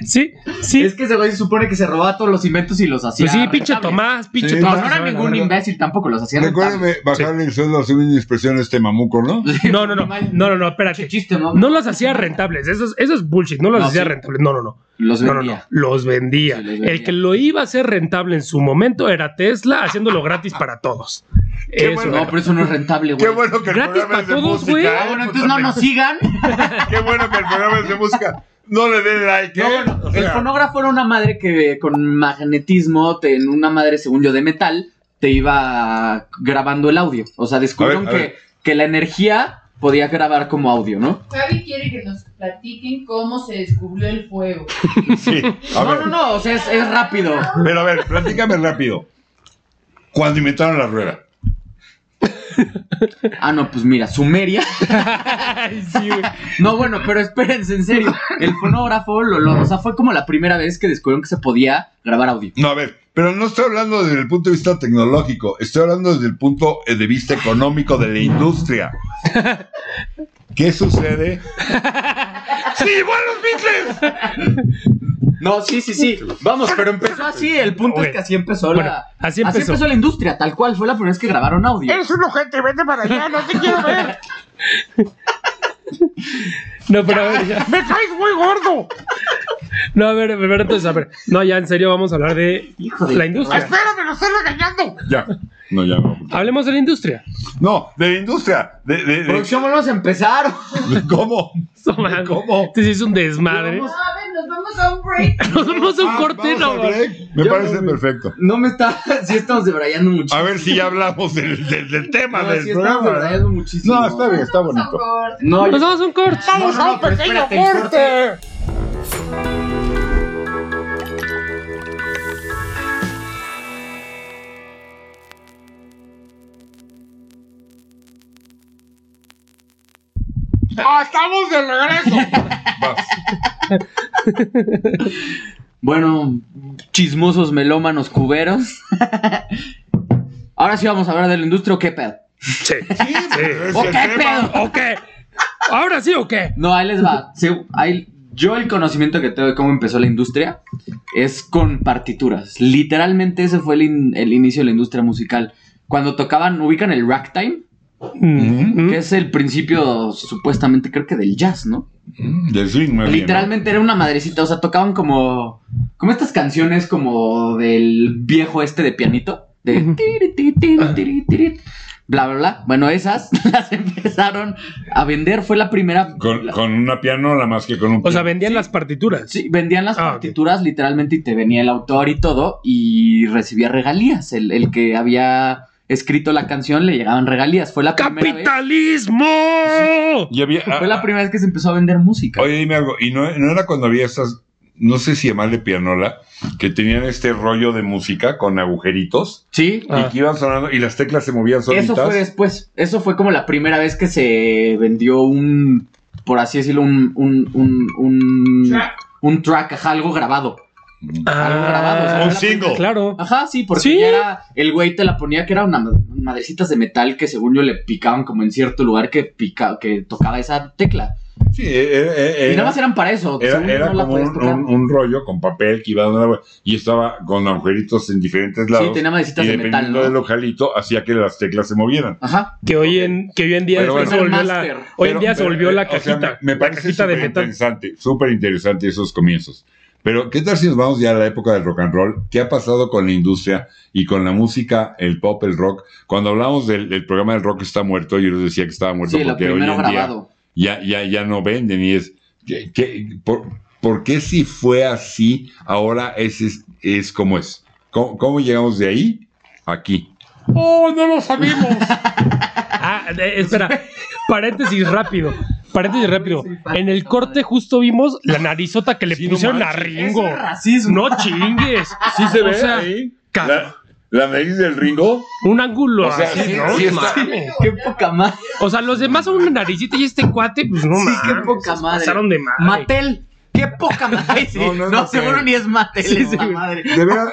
Speaker 2: sí, sí.
Speaker 3: Es que ese güey se supone que se robaba todos los inventos y los hacía.
Speaker 2: Pues sí, pinche
Speaker 3: rentables.
Speaker 2: Tomás, pinche
Speaker 1: Sí,
Speaker 3: No,
Speaker 2: Tomás.
Speaker 3: no era
Speaker 2: la
Speaker 3: ningún
Speaker 2: verdad.
Speaker 3: imbécil tampoco, los hacía. rentables.
Speaker 1: Recuérdame, bajarle el sueldo a subir una expresión a este mamuco, ¿no?
Speaker 2: No, no, no, no, no, no, espérate.
Speaker 3: Qué chiste, ¿no?
Speaker 2: No los hacía rentables, eso es, eso es bullshit, no los
Speaker 3: No,
Speaker 2: hacía
Speaker 3: sí.
Speaker 2: rentables, no, no, no.
Speaker 3: Los
Speaker 2: No,
Speaker 3: vendía.
Speaker 2: no, no. Los vendía.
Speaker 3: Sí, los vendía.
Speaker 2: El que lo iba a hacer rentable en su momento era Tesla, haciéndolo gratis para todos.
Speaker 1: Qué
Speaker 2: Eso
Speaker 1: bueno.
Speaker 2: era.
Speaker 3: No, pero eso no es rentable, güey.
Speaker 1: Qué bueno que el
Speaker 2: Gratis
Speaker 1: programa
Speaker 2: pa'
Speaker 1: es de
Speaker 2: todos,
Speaker 1: música.
Speaker 2: güey.
Speaker 1: ¿eh?
Speaker 3: Ah, bueno, entonces no nos sigan.
Speaker 1: Qué bueno que el programa es de música. No le den like,
Speaker 3: No,
Speaker 1: ¿eh?
Speaker 3: bueno,
Speaker 1: O
Speaker 3: el
Speaker 1: sea,
Speaker 3: fonógrafo era una madre que eh, con magnetismo, te- en una madre, según yo, de metal, te iba grabando el audio. O sea, descubrieron
Speaker 1: A ver, a
Speaker 3: que, que la energía podía grabar como audio, ¿no?
Speaker 4: Javi quiere que nos platiquen cómo se descubrió el fuego.
Speaker 1: sí. A
Speaker 3: no,
Speaker 1: ver,
Speaker 3: no, no, o sea, es, es rápido.
Speaker 1: Pero a ver, platícame rápido. Cuando inventaron la rueda.
Speaker 3: Ah, no, pues mira, Sumeria.
Speaker 2: Ay, sí, güey.
Speaker 3: No, bueno, pero espérense, en serio. El fonógrafo, lo, lo- o sea, fue como la primera vez que descubrieron que se podía grabar audio.
Speaker 1: No, a ver, pero no estoy hablando desde el punto de vista tecnológico, estoy hablando desde el punto de vista económico de la industria. ¿Qué sucede? ¡Sí, igual los Beatles!
Speaker 3: No, sí, sí, sí. Vamos, pero empezó así. El punto
Speaker 2: Güey.
Speaker 3: es que así empezó
Speaker 2: Bueno,
Speaker 3: la.
Speaker 2: así empezó.
Speaker 3: Así empezó la industria, tal cual. Fue la primera vez que grabaron audio.
Speaker 1: un ojete, vete para allá, no te quiero ver.
Speaker 2: No, pero a ver, ya.
Speaker 1: ¡Me caes muy gordo!
Speaker 2: No, a ver, a ver, entonces, a ver. No, ya en serio vamos a hablar de
Speaker 3: Hijo de-
Speaker 2: la industria.
Speaker 1: ¡Espérame, lo estoy regañando! Ya, no, ya no.
Speaker 2: Hablemos de la industria.
Speaker 1: No, de la industria. De, de, de-
Speaker 3: Producción, volvemos a empezar.
Speaker 1: de- ¿Cómo?
Speaker 2: ¿Cómo? Este sí es un desmadre.
Speaker 4: No, a ver, nos vamos a un break.
Speaker 2: Nos vamos a un
Speaker 1: Ah,
Speaker 2: corte,
Speaker 1: vamos
Speaker 2: no,
Speaker 1: al
Speaker 2: güey.
Speaker 1: break. Me
Speaker 3: Yo
Speaker 1: parece
Speaker 3: no, güey.
Speaker 1: perfecto.
Speaker 3: No me está. Sí, estamos debrayando muchísimo.
Speaker 1: A ver si ya hablamos del, del- del tema
Speaker 3: No,
Speaker 1: del
Speaker 3: sí, estamos
Speaker 1: programa. ¿verdad?
Speaker 3: debrayando muchísimo.
Speaker 1: No, está bien, está
Speaker 4: Vamos a un
Speaker 1: bonito.
Speaker 4: corte.
Speaker 2: Nos
Speaker 3: No, yo-
Speaker 2: vamos a un corte.
Speaker 3: Vamos a un
Speaker 2: pero
Speaker 3: pequeño
Speaker 2: espérate, el corte.
Speaker 1: estamos de regreso! Vas.
Speaker 3: Bueno, chismosos melómanos cuberos. Ahora sí vamos a hablar de la industria o qué pedo.
Speaker 2: Sí.
Speaker 1: Sí, pero es
Speaker 3: ¿O
Speaker 1: el
Speaker 3: qué
Speaker 1: tema.
Speaker 3: pedo?
Speaker 2: ¿O qué? ¿Ahora sí o qué?
Speaker 3: No, ahí les va. Sí, ahí- yo el conocimiento que tengo de cómo empezó la industria es con partituras. Literalmente ese fue el, in- el inicio de la industria musical. Cuando tocaban, ubican el ragtime,
Speaker 2: Mm,
Speaker 3: que es el principio supuestamente creo que del jazz, ¿no?
Speaker 1: Mm, Del swing, más bien, ¿no?
Speaker 3: Literalmente era una madrecita, o sea, tocaban como como estas canciones como del viejo este de pianito, de
Speaker 2: Ujú. Ah.
Speaker 3: tiri, tiri, tiri, tiri, tiri, bla bla bla. Bueno, esas las empezaron a vender, fue la primera
Speaker 1: Con, con una pianola más que con un.
Speaker 2: mm. O sea, vendían las partituras.
Speaker 3: Sí, vendían las
Speaker 2: Ah, ok.
Speaker 3: partituras literalmente y te venía el autor y todo y recibía regalías. El, el que había escrito la canción le llegaban regalías. Fue la primera vez,
Speaker 2: ¡Capitalismo!
Speaker 1: Y había-
Speaker 3: fue
Speaker 1: ah,
Speaker 3: la primera vez que se empezó a vender música.
Speaker 1: Oye, dime algo. ¿Y no, no era cuando había estas, no sé si llamarle pianola, que tenían este rollo de música con agujeritos
Speaker 3: Sí,
Speaker 2: Ah.
Speaker 1: y que iban sonando y las teclas se movían solitas?
Speaker 3: eso fue después. Eso fue como la primera vez que se vendió un, por así decirlo, un, un, un, un,
Speaker 4: Track.
Speaker 3: un track, ajá, algo grabado. Algo grabado, o sea,
Speaker 1: Un
Speaker 3: Ah, la
Speaker 1: Mm. single.
Speaker 2: Ah, Claro.
Speaker 3: Ajá, sí, porque
Speaker 2: Sí.
Speaker 3: ya era, el güey te la ponía que eran una ma- madrecitas de metal que según yo le picaban como en cierto lugar que pica, que tocaba esa tecla.
Speaker 1: Sí, era, era-
Speaker 3: y nada más eran para eso.
Speaker 1: era-
Speaker 3: según yo
Speaker 1: era
Speaker 3: no la
Speaker 1: como
Speaker 3: podías
Speaker 1: un,
Speaker 3: tocar.
Speaker 1: un- un rollo con papel que iba dando la vuelta y estaba con agujeritos en diferentes lados.
Speaker 3: Sí, tenía madrecitas
Speaker 1: y
Speaker 3: de metal,
Speaker 1: dependiendo
Speaker 3: ¿no?
Speaker 1: del ojalito, hacía que las teclas se movieran.
Speaker 3: Ajá.
Speaker 2: Que hoy en, que hoy en día
Speaker 1: Pero
Speaker 2: después
Speaker 1: bueno.
Speaker 2: se volvió la,
Speaker 3: Master.
Speaker 2: hoy en
Speaker 1: Pero-
Speaker 2: día se
Speaker 1: pero,
Speaker 2: volvió
Speaker 1: eh,
Speaker 2: la
Speaker 1: o sea,
Speaker 2: cajita.
Speaker 1: me, me
Speaker 2: la
Speaker 1: parece
Speaker 2: cajita de
Speaker 1: súper
Speaker 2: metal.
Speaker 1: interesante, súper interesante esos comienzos. Pero, ¿qué tal si nos vamos ya a la época del rock and roll? ¿Qué ha pasado con la industria y con la música, el pop, el rock? Cuando hablamos del, del programa del rock está muerto, yo les decía que estaba muerto
Speaker 3: Sí, lo
Speaker 1: porque hoy
Speaker 3: primero
Speaker 1: en día
Speaker 3: grabado.
Speaker 1: ya, ya, ya no venden y es... ¿qué- qué- por, por qué si fue así, ahora es, es, es como es? ¿Cómo, cómo llegamos de ahí a aquí?
Speaker 2: ¡Oh, no lo sabemos! ah, eh, espera. Paréntesis rápido. Paréntesis rápido.
Speaker 3: soy fan
Speaker 2: En
Speaker 3: de
Speaker 2: el
Speaker 3: esa
Speaker 2: corte
Speaker 3: madre.
Speaker 2: justo vimos la narizota que le
Speaker 1: Sí, no
Speaker 2: pusieron a
Speaker 1: manches.
Speaker 2: Ringo.
Speaker 3: Eso es racismo.
Speaker 2: No chingues.
Speaker 1: ¿Sí se
Speaker 2: O sea, ca-
Speaker 1: ¿La, la nariz del Ringo?
Speaker 2: un ángulo
Speaker 1: O sea,
Speaker 2: así,
Speaker 1: sí,
Speaker 2: ¿no?
Speaker 1: sí está-
Speaker 2: Mames.
Speaker 3: Qué poca madre.
Speaker 2: O sea, los demás son una naricita y este cuate, pues no
Speaker 3: Sí,
Speaker 2: mames.
Speaker 3: qué poca
Speaker 2: se
Speaker 3: madre.
Speaker 2: Pasaron de madre.
Speaker 3: Matel. Qué poca madre. sí.
Speaker 1: No,
Speaker 3: No,
Speaker 1: no es Mattel.
Speaker 3: seguro ni es Matel
Speaker 2: Sí,
Speaker 3: esa
Speaker 2: sí.
Speaker 3: madre.
Speaker 1: De verdad,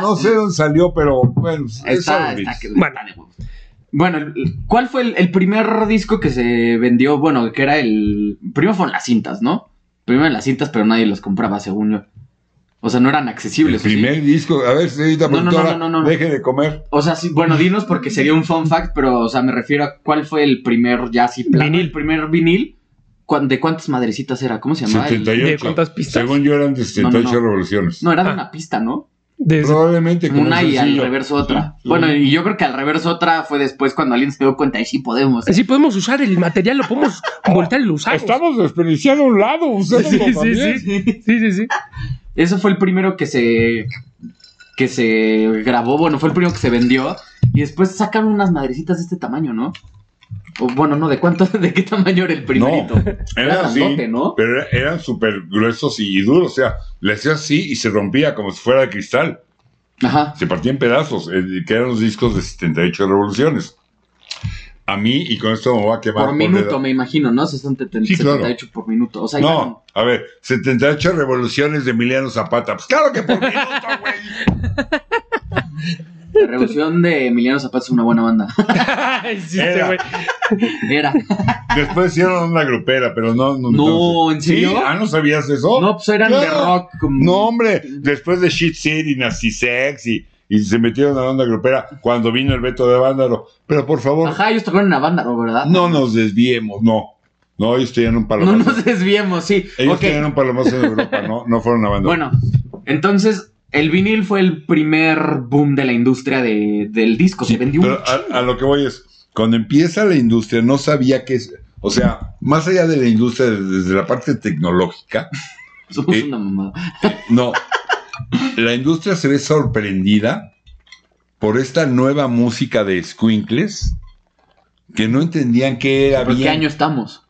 Speaker 1: no sé dónde salió, pero bueno, es
Speaker 3: Está,
Speaker 1: Elvis.
Speaker 3: está que-
Speaker 2: Bueno.
Speaker 3: está de huevos. Bueno, el- ¿cuál fue el, el primer disco que se vendió? Bueno, que era el. Primero fueron las cintas, ¿no? Primero las cintas, pero nadie los compraba, según yo. O sea, no eran accesibles.
Speaker 1: El
Speaker 3: ¿o sí?
Speaker 1: primer disco. A ver, señorita
Speaker 3: No, no, no,
Speaker 1: productora,
Speaker 3: no, no, no.
Speaker 1: deje de comer.
Speaker 3: O sea, sí, bueno, dinos porque sería un fun fact, pero, o sea, me refiero a cuál fue el primer ya así plano,
Speaker 2: Vinil.
Speaker 3: El primer vinil. ¿Cuán- ¿De cuántas madrecitas era? ¿Cómo se llamaba? El-
Speaker 1: 78.
Speaker 2: ¿De cuántas pistas?
Speaker 1: Según yo eran de 78
Speaker 3: No, no, no.
Speaker 1: revoluciones.
Speaker 3: No, era de
Speaker 2: Ah.
Speaker 3: una pista, ¿no?
Speaker 2: De-
Speaker 1: Probablemente como
Speaker 3: Una
Speaker 1: un
Speaker 3: y al
Speaker 1: sencillo.
Speaker 3: reverso otra.
Speaker 1: Sí.
Speaker 3: Bueno, y yo creo que al reverso otra fue después cuando alguien se dio cuenta y sí podemos.
Speaker 2: Sí, podemos usar el material, lo podemos voltear y lo usamos.
Speaker 1: Estamos desperdiciando un lado.
Speaker 2: Sí,
Speaker 1: Ustedes
Speaker 2: sí, sí, sí, sí, sí.
Speaker 3: Eso fue el primero que se. que se grabó. Bueno, fue el primero que se vendió. Y después sacaron unas madrecitas de este tamaño, ¿no? O, bueno, no, ¿de cuánto, de qué tamaño era el primerito?
Speaker 1: Era así,
Speaker 3: grandote, ¿no?
Speaker 1: pero era- eran súper gruesos y duros. O sea, le hacía así y se rompía como si fuera de cristal.
Speaker 3: Ajá.
Speaker 1: Se partía en pedazos, eh, que eran los discos de 78 revoluciones. A mí, y con esto me voy a quemar.
Speaker 3: Por
Speaker 1: dedo.
Speaker 3: minuto, me imagino, ¿no? 60,
Speaker 1: Sí, claro.
Speaker 3: 78 por minuto. O sea, iban-
Speaker 1: No, a ver, 78 revoluciones de Emiliano Zapata. Pues claro que por minuto, güey.
Speaker 3: la revolución de Emiliano Zapata es una buena banda.
Speaker 2: Ay, sí,
Speaker 1: Era.
Speaker 2: sí, güey.
Speaker 3: Era.
Speaker 1: Después hicieron una grupera, pero no. No,
Speaker 3: No, ¿en
Speaker 1: Sí,
Speaker 3: serio?
Speaker 1: ah, ¿no sabías eso?
Speaker 3: No, pues eran de
Speaker 1: Claro.
Speaker 3: rock. como-
Speaker 1: No, hombre, después de Shit City, Nasty Sex y, y se metieron a la onda grupera cuando vino el Beto de Vándaro. Pero por favor,
Speaker 3: Ajá, ellos tocaron una banda, ¿no? ¿verdad?
Speaker 1: no nos desviemos, no. No, ellos tenían un
Speaker 3: No
Speaker 1: palomazo.
Speaker 3: nos desviemos, sí.
Speaker 1: Ellos
Speaker 3: Ok.
Speaker 1: tenían un palomazo en Europa, no, no fueron a Vándaro.
Speaker 3: Bueno, entonces el vinil fue el primer boom de la industria de- del disco. Se vendió un
Speaker 1: Pero a, a lo que voy es, cuando empieza la industria, no sabía que es. O sea, más allá de la industria, desde la parte tecnológica,
Speaker 3: ch- Somos
Speaker 1: eh.
Speaker 3: una mamada.
Speaker 1: no. La industria se ve sorprendida por esta nueva música de Squinkles que no entendían qué era
Speaker 3: ¿Pero qué
Speaker 1: bien.
Speaker 3: año estamos?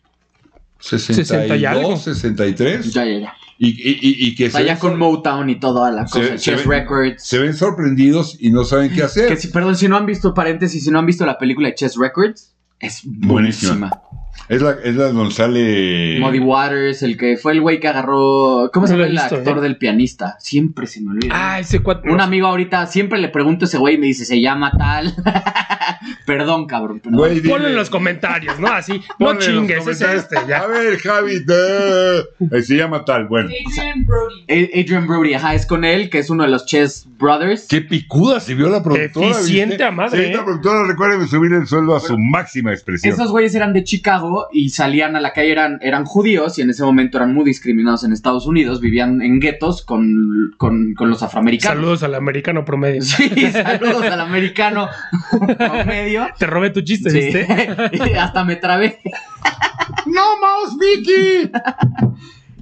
Speaker 3: Pues
Speaker 1: 62,
Speaker 2: y algo.
Speaker 1: 63.
Speaker 3: Ya, ya, ya.
Speaker 1: Y, y- y- y que
Speaker 3: O sea,
Speaker 1: se,
Speaker 3: ya
Speaker 1: ven,
Speaker 3: con Motown y toda la
Speaker 1: Se- se
Speaker 3: cosa. Chess
Speaker 1: ve-
Speaker 3: Records.
Speaker 1: se ven sorprendidos y no saben qué hacer.
Speaker 3: Que si, perdón, si no han visto paréntesis, si no han visto la película de Chess Records, es buenísima.
Speaker 1: Buenísima. Es, la, es la donde sale.
Speaker 3: Muddy Waters, el que fue el güey que agarró. ¿Cómo se
Speaker 2: No lo
Speaker 3: llama
Speaker 2: he
Speaker 3: el
Speaker 2: visto,
Speaker 3: actor
Speaker 2: eh.
Speaker 3: del pianista? Siempre se me olvida.
Speaker 2: Ah, ese cuatro.
Speaker 3: Un amigo ahorita siempre le pregunto a ese güey y me dice, se llama tal. perdón, cabrón, perdón.
Speaker 1: Güey, dile-
Speaker 2: Ponlo en los comentarios, ¿no? Así, no
Speaker 1: ponle en los
Speaker 2: chingues, es
Speaker 1: comentarios. Ah,
Speaker 2: este, ya.
Speaker 1: A ver, Javi. de- eh, Se llama tal. Bueno.
Speaker 4: Adrian Brody.
Speaker 3: A- Adrian Brody, ajá, es con él, que es uno de los Chess Brothers.
Speaker 1: Qué picuda se vio la productora.
Speaker 2: Eficiente
Speaker 1: ¿viste?
Speaker 2: a madre,
Speaker 1: Señorita
Speaker 2: ¿eh?
Speaker 1: productora, recuérdeme subir el sueldo a su máxima expresión.
Speaker 3: Esos güeyes eran de Chicago y salían a la calle, eran, eran judíos y en ese momento eran muy discriminados en Estados Unidos, vivían en guetos con, con- con los afroamericanos.
Speaker 2: Saludos al americano promedio.
Speaker 3: Sí, saludos al americano promedio.
Speaker 2: Te robé tu chiste,
Speaker 3: Sí.
Speaker 2: ¿viste?
Speaker 3: Hasta me trabé.
Speaker 1: ¡No, Mouse Vicky!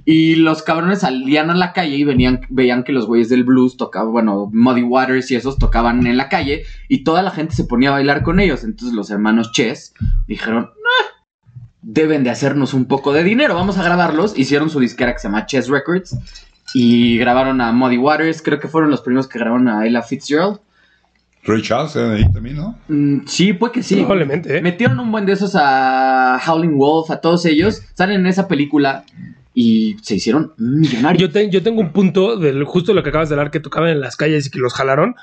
Speaker 3: Y los cabrones salían a la calle y venían, veían que los güeyes del blues tocaban, bueno, Muddy Waters y esos tocaban en la calle y toda la gente se ponía a bailar con ellos. Entonces los hermanos Chess dijeron, "Ah, deben de hacernos un poco de dinero, vamos a grabarlos. Hicieron su disquera que se llama Chess Records y grabaron a Muddy Waters, creo que fueron los primeros que grabaron a Ella Fitzgerald.
Speaker 1: Ray Charles era ahí también, ¿no?
Speaker 3: Mm, sí, puede que sí.
Speaker 2: Probablemente, ¿eh?
Speaker 3: Metieron un buen de esos a Howling Wolf, a todos ellos. Salen en esa película y se hicieron millonarios.
Speaker 2: Yo, te- yo tengo un punto del justo lo que acabas de hablar que tocaban en las calles y que los jalaron.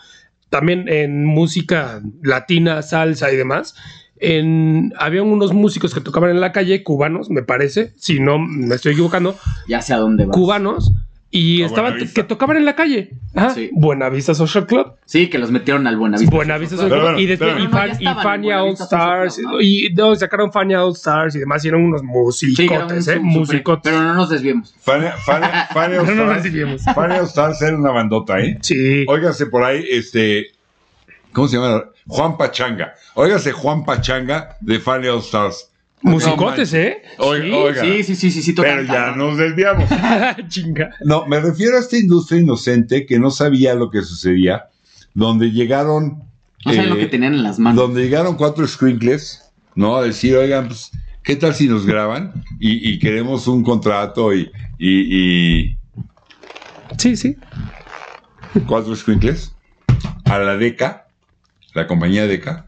Speaker 2: También en música latina, salsa y demás. En, había unos músicos que tocaban en la calle, cubanos, me parece, si no me estoy equivocando,
Speaker 3: Ya sé a dónde vas.
Speaker 2: cubanos, y
Speaker 1: A
Speaker 2: estaban
Speaker 1: Buenavista.
Speaker 2: que tocaban en la calle. Ajá.
Speaker 3: Sí.
Speaker 2: Buenavista Social Club.
Speaker 3: Sí, que los metieron al Buenavista.
Speaker 2: Buenavista Social
Speaker 1: Pero
Speaker 2: Club.
Speaker 1: bueno,
Speaker 2: y después
Speaker 1: pero
Speaker 2: y
Speaker 3: bueno.
Speaker 2: Fan-
Speaker 3: No, ya
Speaker 2: y
Speaker 3: estaban en
Speaker 2: Fania All
Speaker 3: Buenavista Social
Speaker 2: Stars.
Speaker 3: Club, ¿no?
Speaker 2: Y no, sacaron Fania All Stars y demás, y eran unos
Speaker 3: Sí, que era un
Speaker 2: musicotes, ¿eh?
Speaker 3: super-
Speaker 2: Musicotes.
Speaker 3: Pero no nos desviemos.
Speaker 1: Fania, Fania, Fania
Speaker 2: Pero no nos
Speaker 1: Stars.
Speaker 2: desviemos.
Speaker 1: Fania Stars era una bandota, ¿eh?
Speaker 2: Sí.
Speaker 1: Óigase por ahí, este. ¿Cómo se llama? Juan Pachanga. Óigase Juan Pachanga de Fania All Stars.
Speaker 2: Musicotes, ¿eh?
Speaker 1: Oiga,
Speaker 2: Sí.
Speaker 1: oiga.
Speaker 3: Sí, sí, sí, sí, sí.
Speaker 1: Pero
Speaker 3: tocan
Speaker 1: ya
Speaker 3: cabrón.
Speaker 1: nos desviamos.
Speaker 2: Chinga.
Speaker 1: No, me refiero a esta industria inocente que no sabía lo que sucedía, donde llegaron.
Speaker 3: No saben lo
Speaker 1: eh,
Speaker 3: que tenían en las manos.
Speaker 1: donde llegaron cuatro squinkles, ¿no? A decir, oigan, pues, ¿qué tal si nos graban? Y, y queremos un contrato y, y, y
Speaker 2: Sí, sí.
Speaker 1: cuatro squinkles a la DECA, la compañía DECA,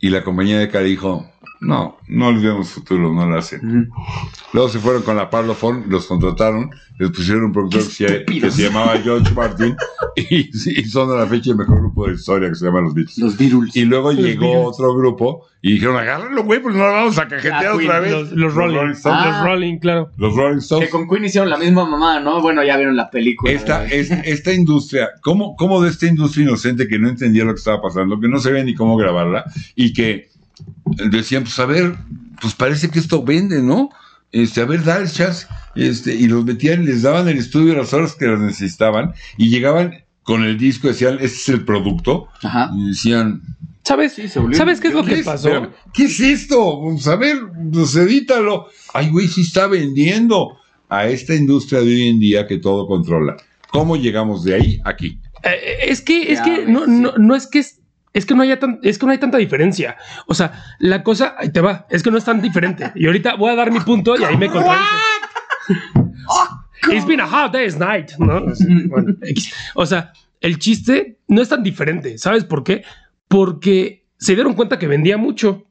Speaker 1: y la compañía DECA dijo, No, no les vemos futuro, no lo hacen.
Speaker 3: Ujú.
Speaker 1: Luego se fueron con la Parlophone, los contrataron, les pusieron un productor que se, que se llamaba George Martin y, y son a la fecha el mejor grupo de la historia que se llama Los Beatles.
Speaker 3: Los Beatles.
Speaker 1: Y luego
Speaker 2: Los
Speaker 1: llegó
Speaker 2: Beatles.
Speaker 1: otro grupo y dijeron, agárrenlo, güey, pues no lo vamos a cajetear
Speaker 3: Ah, Queen,
Speaker 1: otra vez.
Speaker 2: Los, los Rolling,
Speaker 1: Stones.
Speaker 3: Ah.
Speaker 2: los Rolling, claro.
Speaker 1: Los Rolling
Speaker 3: Que
Speaker 1: Stones.
Speaker 3: con Queen hicieron la misma mamá, ¿no? Bueno, ya vieron la película.
Speaker 1: Esta, es- esta industria, ¿cómo, ¿cómo de esta industria inocente que no entendía lo que estaba pasando, que no sabía ni cómo grabarla y que decían, pues a ver, pues parece que esto vende, ¿no? Este, a ver, dale chance. Este, y los metían y les daban el estudio las horas que las necesitaban y llegaban con el disco, decían, este es el producto.
Speaker 3: Ajá.
Speaker 1: Y decían,
Speaker 2: ¿Sabes?
Speaker 3: Sí, se volvió-
Speaker 2: ¿Sabes qué es lo
Speaker 1: ¿Qué
Speaker 2: que
Speaker 1: es?
Speaker 2: pasó?
Speaker 1: Este, Espérame, ¿Qué es esto? Pues a ver, pues edítalo. Ay, güey, sí está vendiendo a esta industria de hoy en día que todo controla. ¿Cómo llegamos de ahí a aquí?
Speaker 2: Eh, es que, es
Speaker 3: Ya,
Speaker 2: que
Speaker 3: ves,
Speaker 2: no,
Speaker 3: sí.
Speaker 2: no, no es que es, es que no haya tan, es que no hay tanta diferencia. O sea, la cosa, ahí te va, es que no es tan diferente. Y ahorita voy a dar mi punto y ahí me contradices.
Speaker 1: ¡Ah!
Speaker 2: It's been a hard day's night, ¿no? Bueno, X. o sea, el chiste no es tan diferente. ¿Sabes por qué? Porque se dieron cuenta que vendía mucho.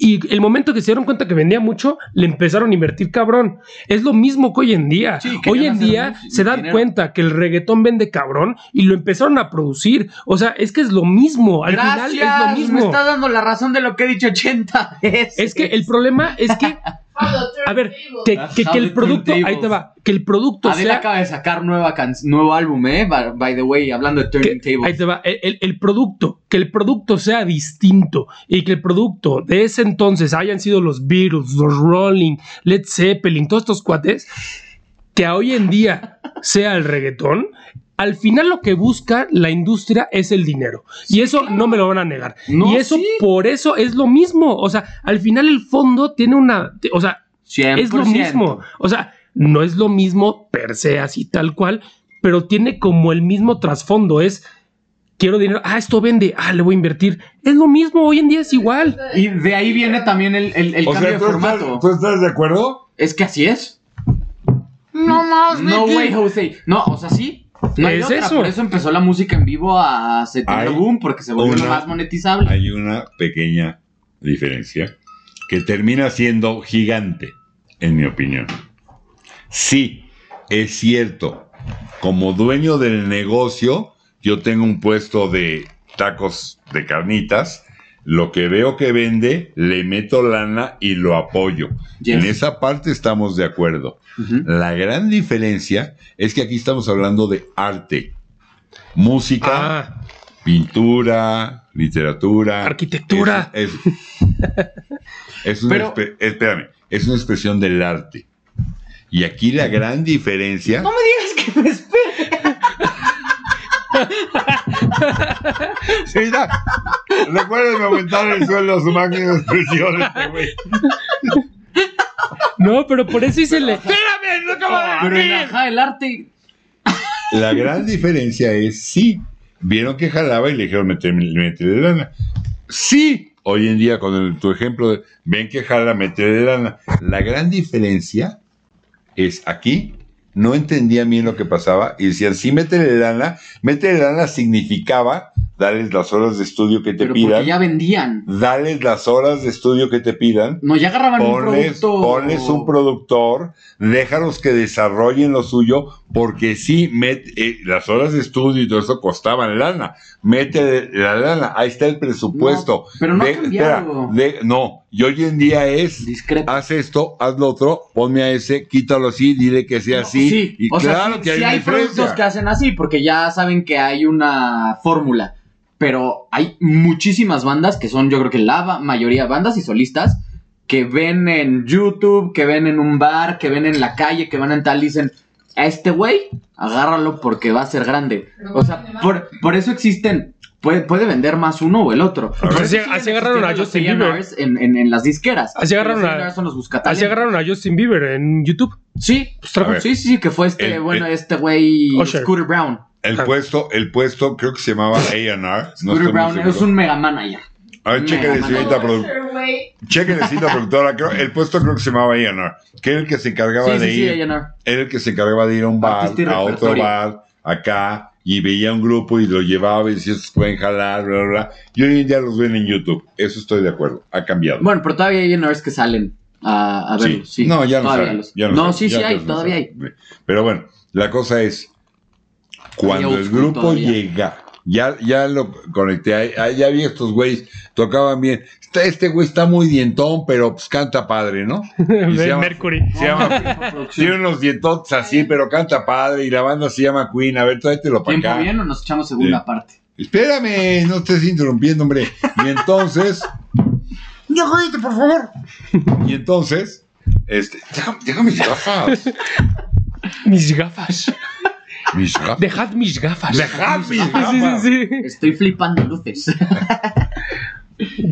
Speaker 2: Y el momento que se dieron cuenta que vendía mucho, le empezaron a invertir cabrón. Es lo mismo que hoy en día.
Speaker 3: Sí, querían
Speaker 2: hoy en
Speaker 3: hacer
Speaker 2: día
Speaker 3: mucho
Speaker 2: se dan
Speaker 3: dinero.
Speaker 2: cuenta que el reggaetón vende cabrón y lo empezaron a producir. O sea, es que es lo mismo. Al final
Speaker 3: Gracias,
Speaker 2: es lo
Speaker 3: me
Speaker 2: mismo.
Speaker 3: está dando la razón de lo que he dicho 80 veces.
Speaker 2: Es que el problema es que, a ver, que, que- que el producto, ahí te va, que el producto
Speaker 3: Adele
Speaker 2: sea...
Speaker 3: acaba de sacar nueva can- nuevo álbum, ¿eh? By, by the way, hablando de Turning
Speaker 2: que- ahí
Speaker 3: Tables.
Speaker 2: te va, el, el- el producto, que el producto sea distinto y que el producto de ese entonces hayan sido los Beatles, los Rolling, Led Zeppelin, todos estos cuates, que a hoy en día sea el reggaetón, al final lo que busca la industria es el dinero. Y eso no me lo van a negar.
Speaker 3: No,
Speaker 2: y eso
Speaker 3: sí.
Speaker 2: por eso es lo mismo. O sea, al final el fondo tiene una... O sea,
Speaker 3: 100%.
Speaker 2: es lo mismo. O sea, no es lo mismo per se, así tal cual, pero tiene como el mismo trasfondo. Es quiero dinero, ah, esto vende, ah, le voy a invertir. Es lo mismo, hoy en día es igual.
Speaker 3: Y de ahí viene también el, el- el
Speaker 1: o
Speaker 3: cambio
Speaker 1: sea,
Speaker 3: de
Speaker 1: ¿tú
Speaker 3: formato.
Speaker 1: estás, ¿tú estás de acuerdo?
Speaker 3: Es que así es.
Speaker 1: No más,
Speaker 3: No way, Jose. No, o sea, sí. No hay
Speaker 2: Es
Speaker 3: otra.
Speaker 2: eso.
Speaker 3: Por eso empezó la música en vivo a se
Speaker 1: Hay
Speaker 3: tener boom, porque se volvió
Speaker 1: una-
Speaker 3: más monetizable.
Speaker 1: Hay una pequeña diferencia que termina siendo gigante, en mi opinión. Sí, es cierto. Como dueño del negocio, yo tengo un puesto de tacos de carnitas. Lo que veo que vende, le meto lana y lo apoyo.
Speaker 3: Yes.
Speaker 1: En esa parte estamos de acuerdo.
Speaker 3: Ujú.
Speaker 1: La gran diferencia es que aquí estamos hablando de arte, música,
Speaker 2: Ah,
Speaker 1: pintura, literatura.
Speaker 2: arquitectura.
Speaker 1: Es, es- es una
Speaker 3: Pero-
Speaker 1: espe- espérame, es una expresión del arte. Y aquí la gran diferencia.
Speaker 3: No me digas que me esperes.
Speaker 1: Sí, mira, recuerden aumentar el suelo a su máxima expresión. este güey.
Speaker 2: No, pero por eso hice le.
Speaker 1: ¡Espérame! ¡No acabo de
Speaker 3: Pero
Speaker 1: decir!
Speaker 3: ajá, el arte.
Speaker 1: La gran diferencia es sí. Vieron que jalaba y le dijeron meterle meterle lana. Sí. Hoy en día, con el- tu ejemplo de ven que jala, meterle lana. La gran diferencia es aquí. No entendían bien lo que pasaba y decían, sí, métele lana. Métele lana significaba darles las horas de estudio que te
Speaker 3: Pero porque
Speaker 1: pidan.
Speaker 3: ya vendían.
Speaker 1: Darles las horas de estudio que te pidan.
Speaker 3: No, ya agarraban
Speaker 1: Ponles,
Speaker 3: un producto.
Speaker 1: ponles un productor, déjalos que desarrollen lo suyo, porque sí, met- eh, las horas de estudio y todo eso costaban lana. Mete la lana, ahí está el presupuesto.
Speaker 3: No, pero no ha
Speaker 1: De-
Speaker 3: cambiado.
Speaker 1: de- no, y hoy en día es,
Speaker 3: Discreto.
Speaker 1: haz esto, haz lo otro, ponme a ese, quítalo así, dile que sea
Speaker 3: No,
Speaker 1: así.
Speaker 3: sí,
Speaker 1: Y
Speaker 3: o sea,
Speaker 1: claro
Speaker 3: sí-
Speaker 1: que hay
Speaker 3: sí
Speaker 1: una
Speaker 3: productos
Speaker 1: diferencia.
Speaker 3: que hacen así, porque ya saben que hay una fórmula. Pero hay muchísimas bandas que son, yo creo que la ba- mayoría bandas y solistas que ven en YouTube, que ven en un bar, que ven en la calle, que van en tal, dicen, a este güey, agárralo porque va a ser grande. O sea, por, por eso existen, puede, puede vender más uno o el otro.
Speaker 1: ver,
Speaker 3: Por eso
Speaker 2: así-
Speaker 3: siguen
Speaker 2: así agarraron a
Speaker 3: existiendo los
Speaker 2: Justin Bieber.
Speaker 3: A&Rs En, en- en las disqueras.
Speaker 2: Así agarraron
Speaker 3: Los
Speaker 2: a-
Speaker 3: A&Rs son los buscatalentos.
Speaker 2: Así agarraron a Justin Bieber en YouTube.
Speaker 3: Sí,
Speaker 2: Pues
Speaker 1: A
Speaker 2: trajo-
Speaker 1: ver.
Speaker 3: Sí, sí, sí, que fue este,
Speaker 1: El-
Speaker 3: bueno, este güey
Speaker 2: Usher.
Speaker 3: Scooter Brown.
Speaker 1: El
Speaker 2: Ah.
Speaker 1: puesto, el puesto creo que se llamaba A&R. No
Speaker 3: Scooter
Speaker 1: estoy muy
Speaker 3: Brown
Speaker 1: seguro.
Speaker 3: es un mega manager.
Speaker 1: A ver, chequen
Speaker 3: Mega
Speaker 1: si ahorita produ- Chequen la cinta productora, creo, el puesto creo que se llamaba A&R, que era el que se encargaba
Speaker 3: Sí,
Speaker 1: de
Speaker 3: sí, sí,
Speaker 1: ir,
Speaker 3: A&R.
Speaker 1: era el que se encargaba de ir a un bar,
Speaker 3: Artista y
Speaker 1: a otro
Speaker 3: repertorio.
Speaker 1: bar, acá, y veía un grupo y lo llevaba y decía, estos pueden jalar, bla, bla, bla. Y hoy en día los ven en YouTube. Eso estoy de acuerdo. Ha cambiado.
Speaker 3: Bueno, pero todavía hay nerds que salen a, a verlo. Sí.
Speaker 1: No, ya no
Speaker 3: Todavía
Speaker 1: saben,
Speaker 3: los-
Speaker 1: ya
Speaker 3: no,
Speaker 1: saben,
Speaker 3: sí,
Speaker 1: ya
Speaker 3: sí hay,
Speaker 1: casi no
Speaker 3: todavía hay.
Speaker 1: saben. Pero bueno, la cosa es, cuando
Speaker 3: old
Speaker 1: el
Speaker 3: school
Speaker 1: grupo
Speaker 3: todavía.
Speaker 1: llega, ya, ya lo conecté, ahí- ahí ya vi estos güeyes, tocaban bien. Está- este güey está muy dientón, pero pues canta padre, ¿no? Y se llama-
Speaker 2: Mercury.
Speaker 1: Se llama, tiene unos dientotes así, pero canta padre y la banda se llama Queen. A ver, tráetelo para
Speaker 3: ¿Tiempo
Speaker 1: acá.
Speaker 3: bien o nos echamos segunda
Speaker 1: Sí.
Speaker 3: parte?
Speaker 1: Espérame, no estés interrumpiendo, hombre. Y entonces. ¡Ya cállate, por favor! Y entonces. Este, déjame, déjame mis gafas.
Speaker 2: Mis gafas.
Speaker 1: Mis gafas.
Speaker 2: Dejad mis gafas.
Speaker 1: Dejad mis
Speaker 2: Sí,
Speaker 1: gafas.
Speaker 2: sí,
Speaker 3: Estoy flipando luces.
Speaker 2: sí.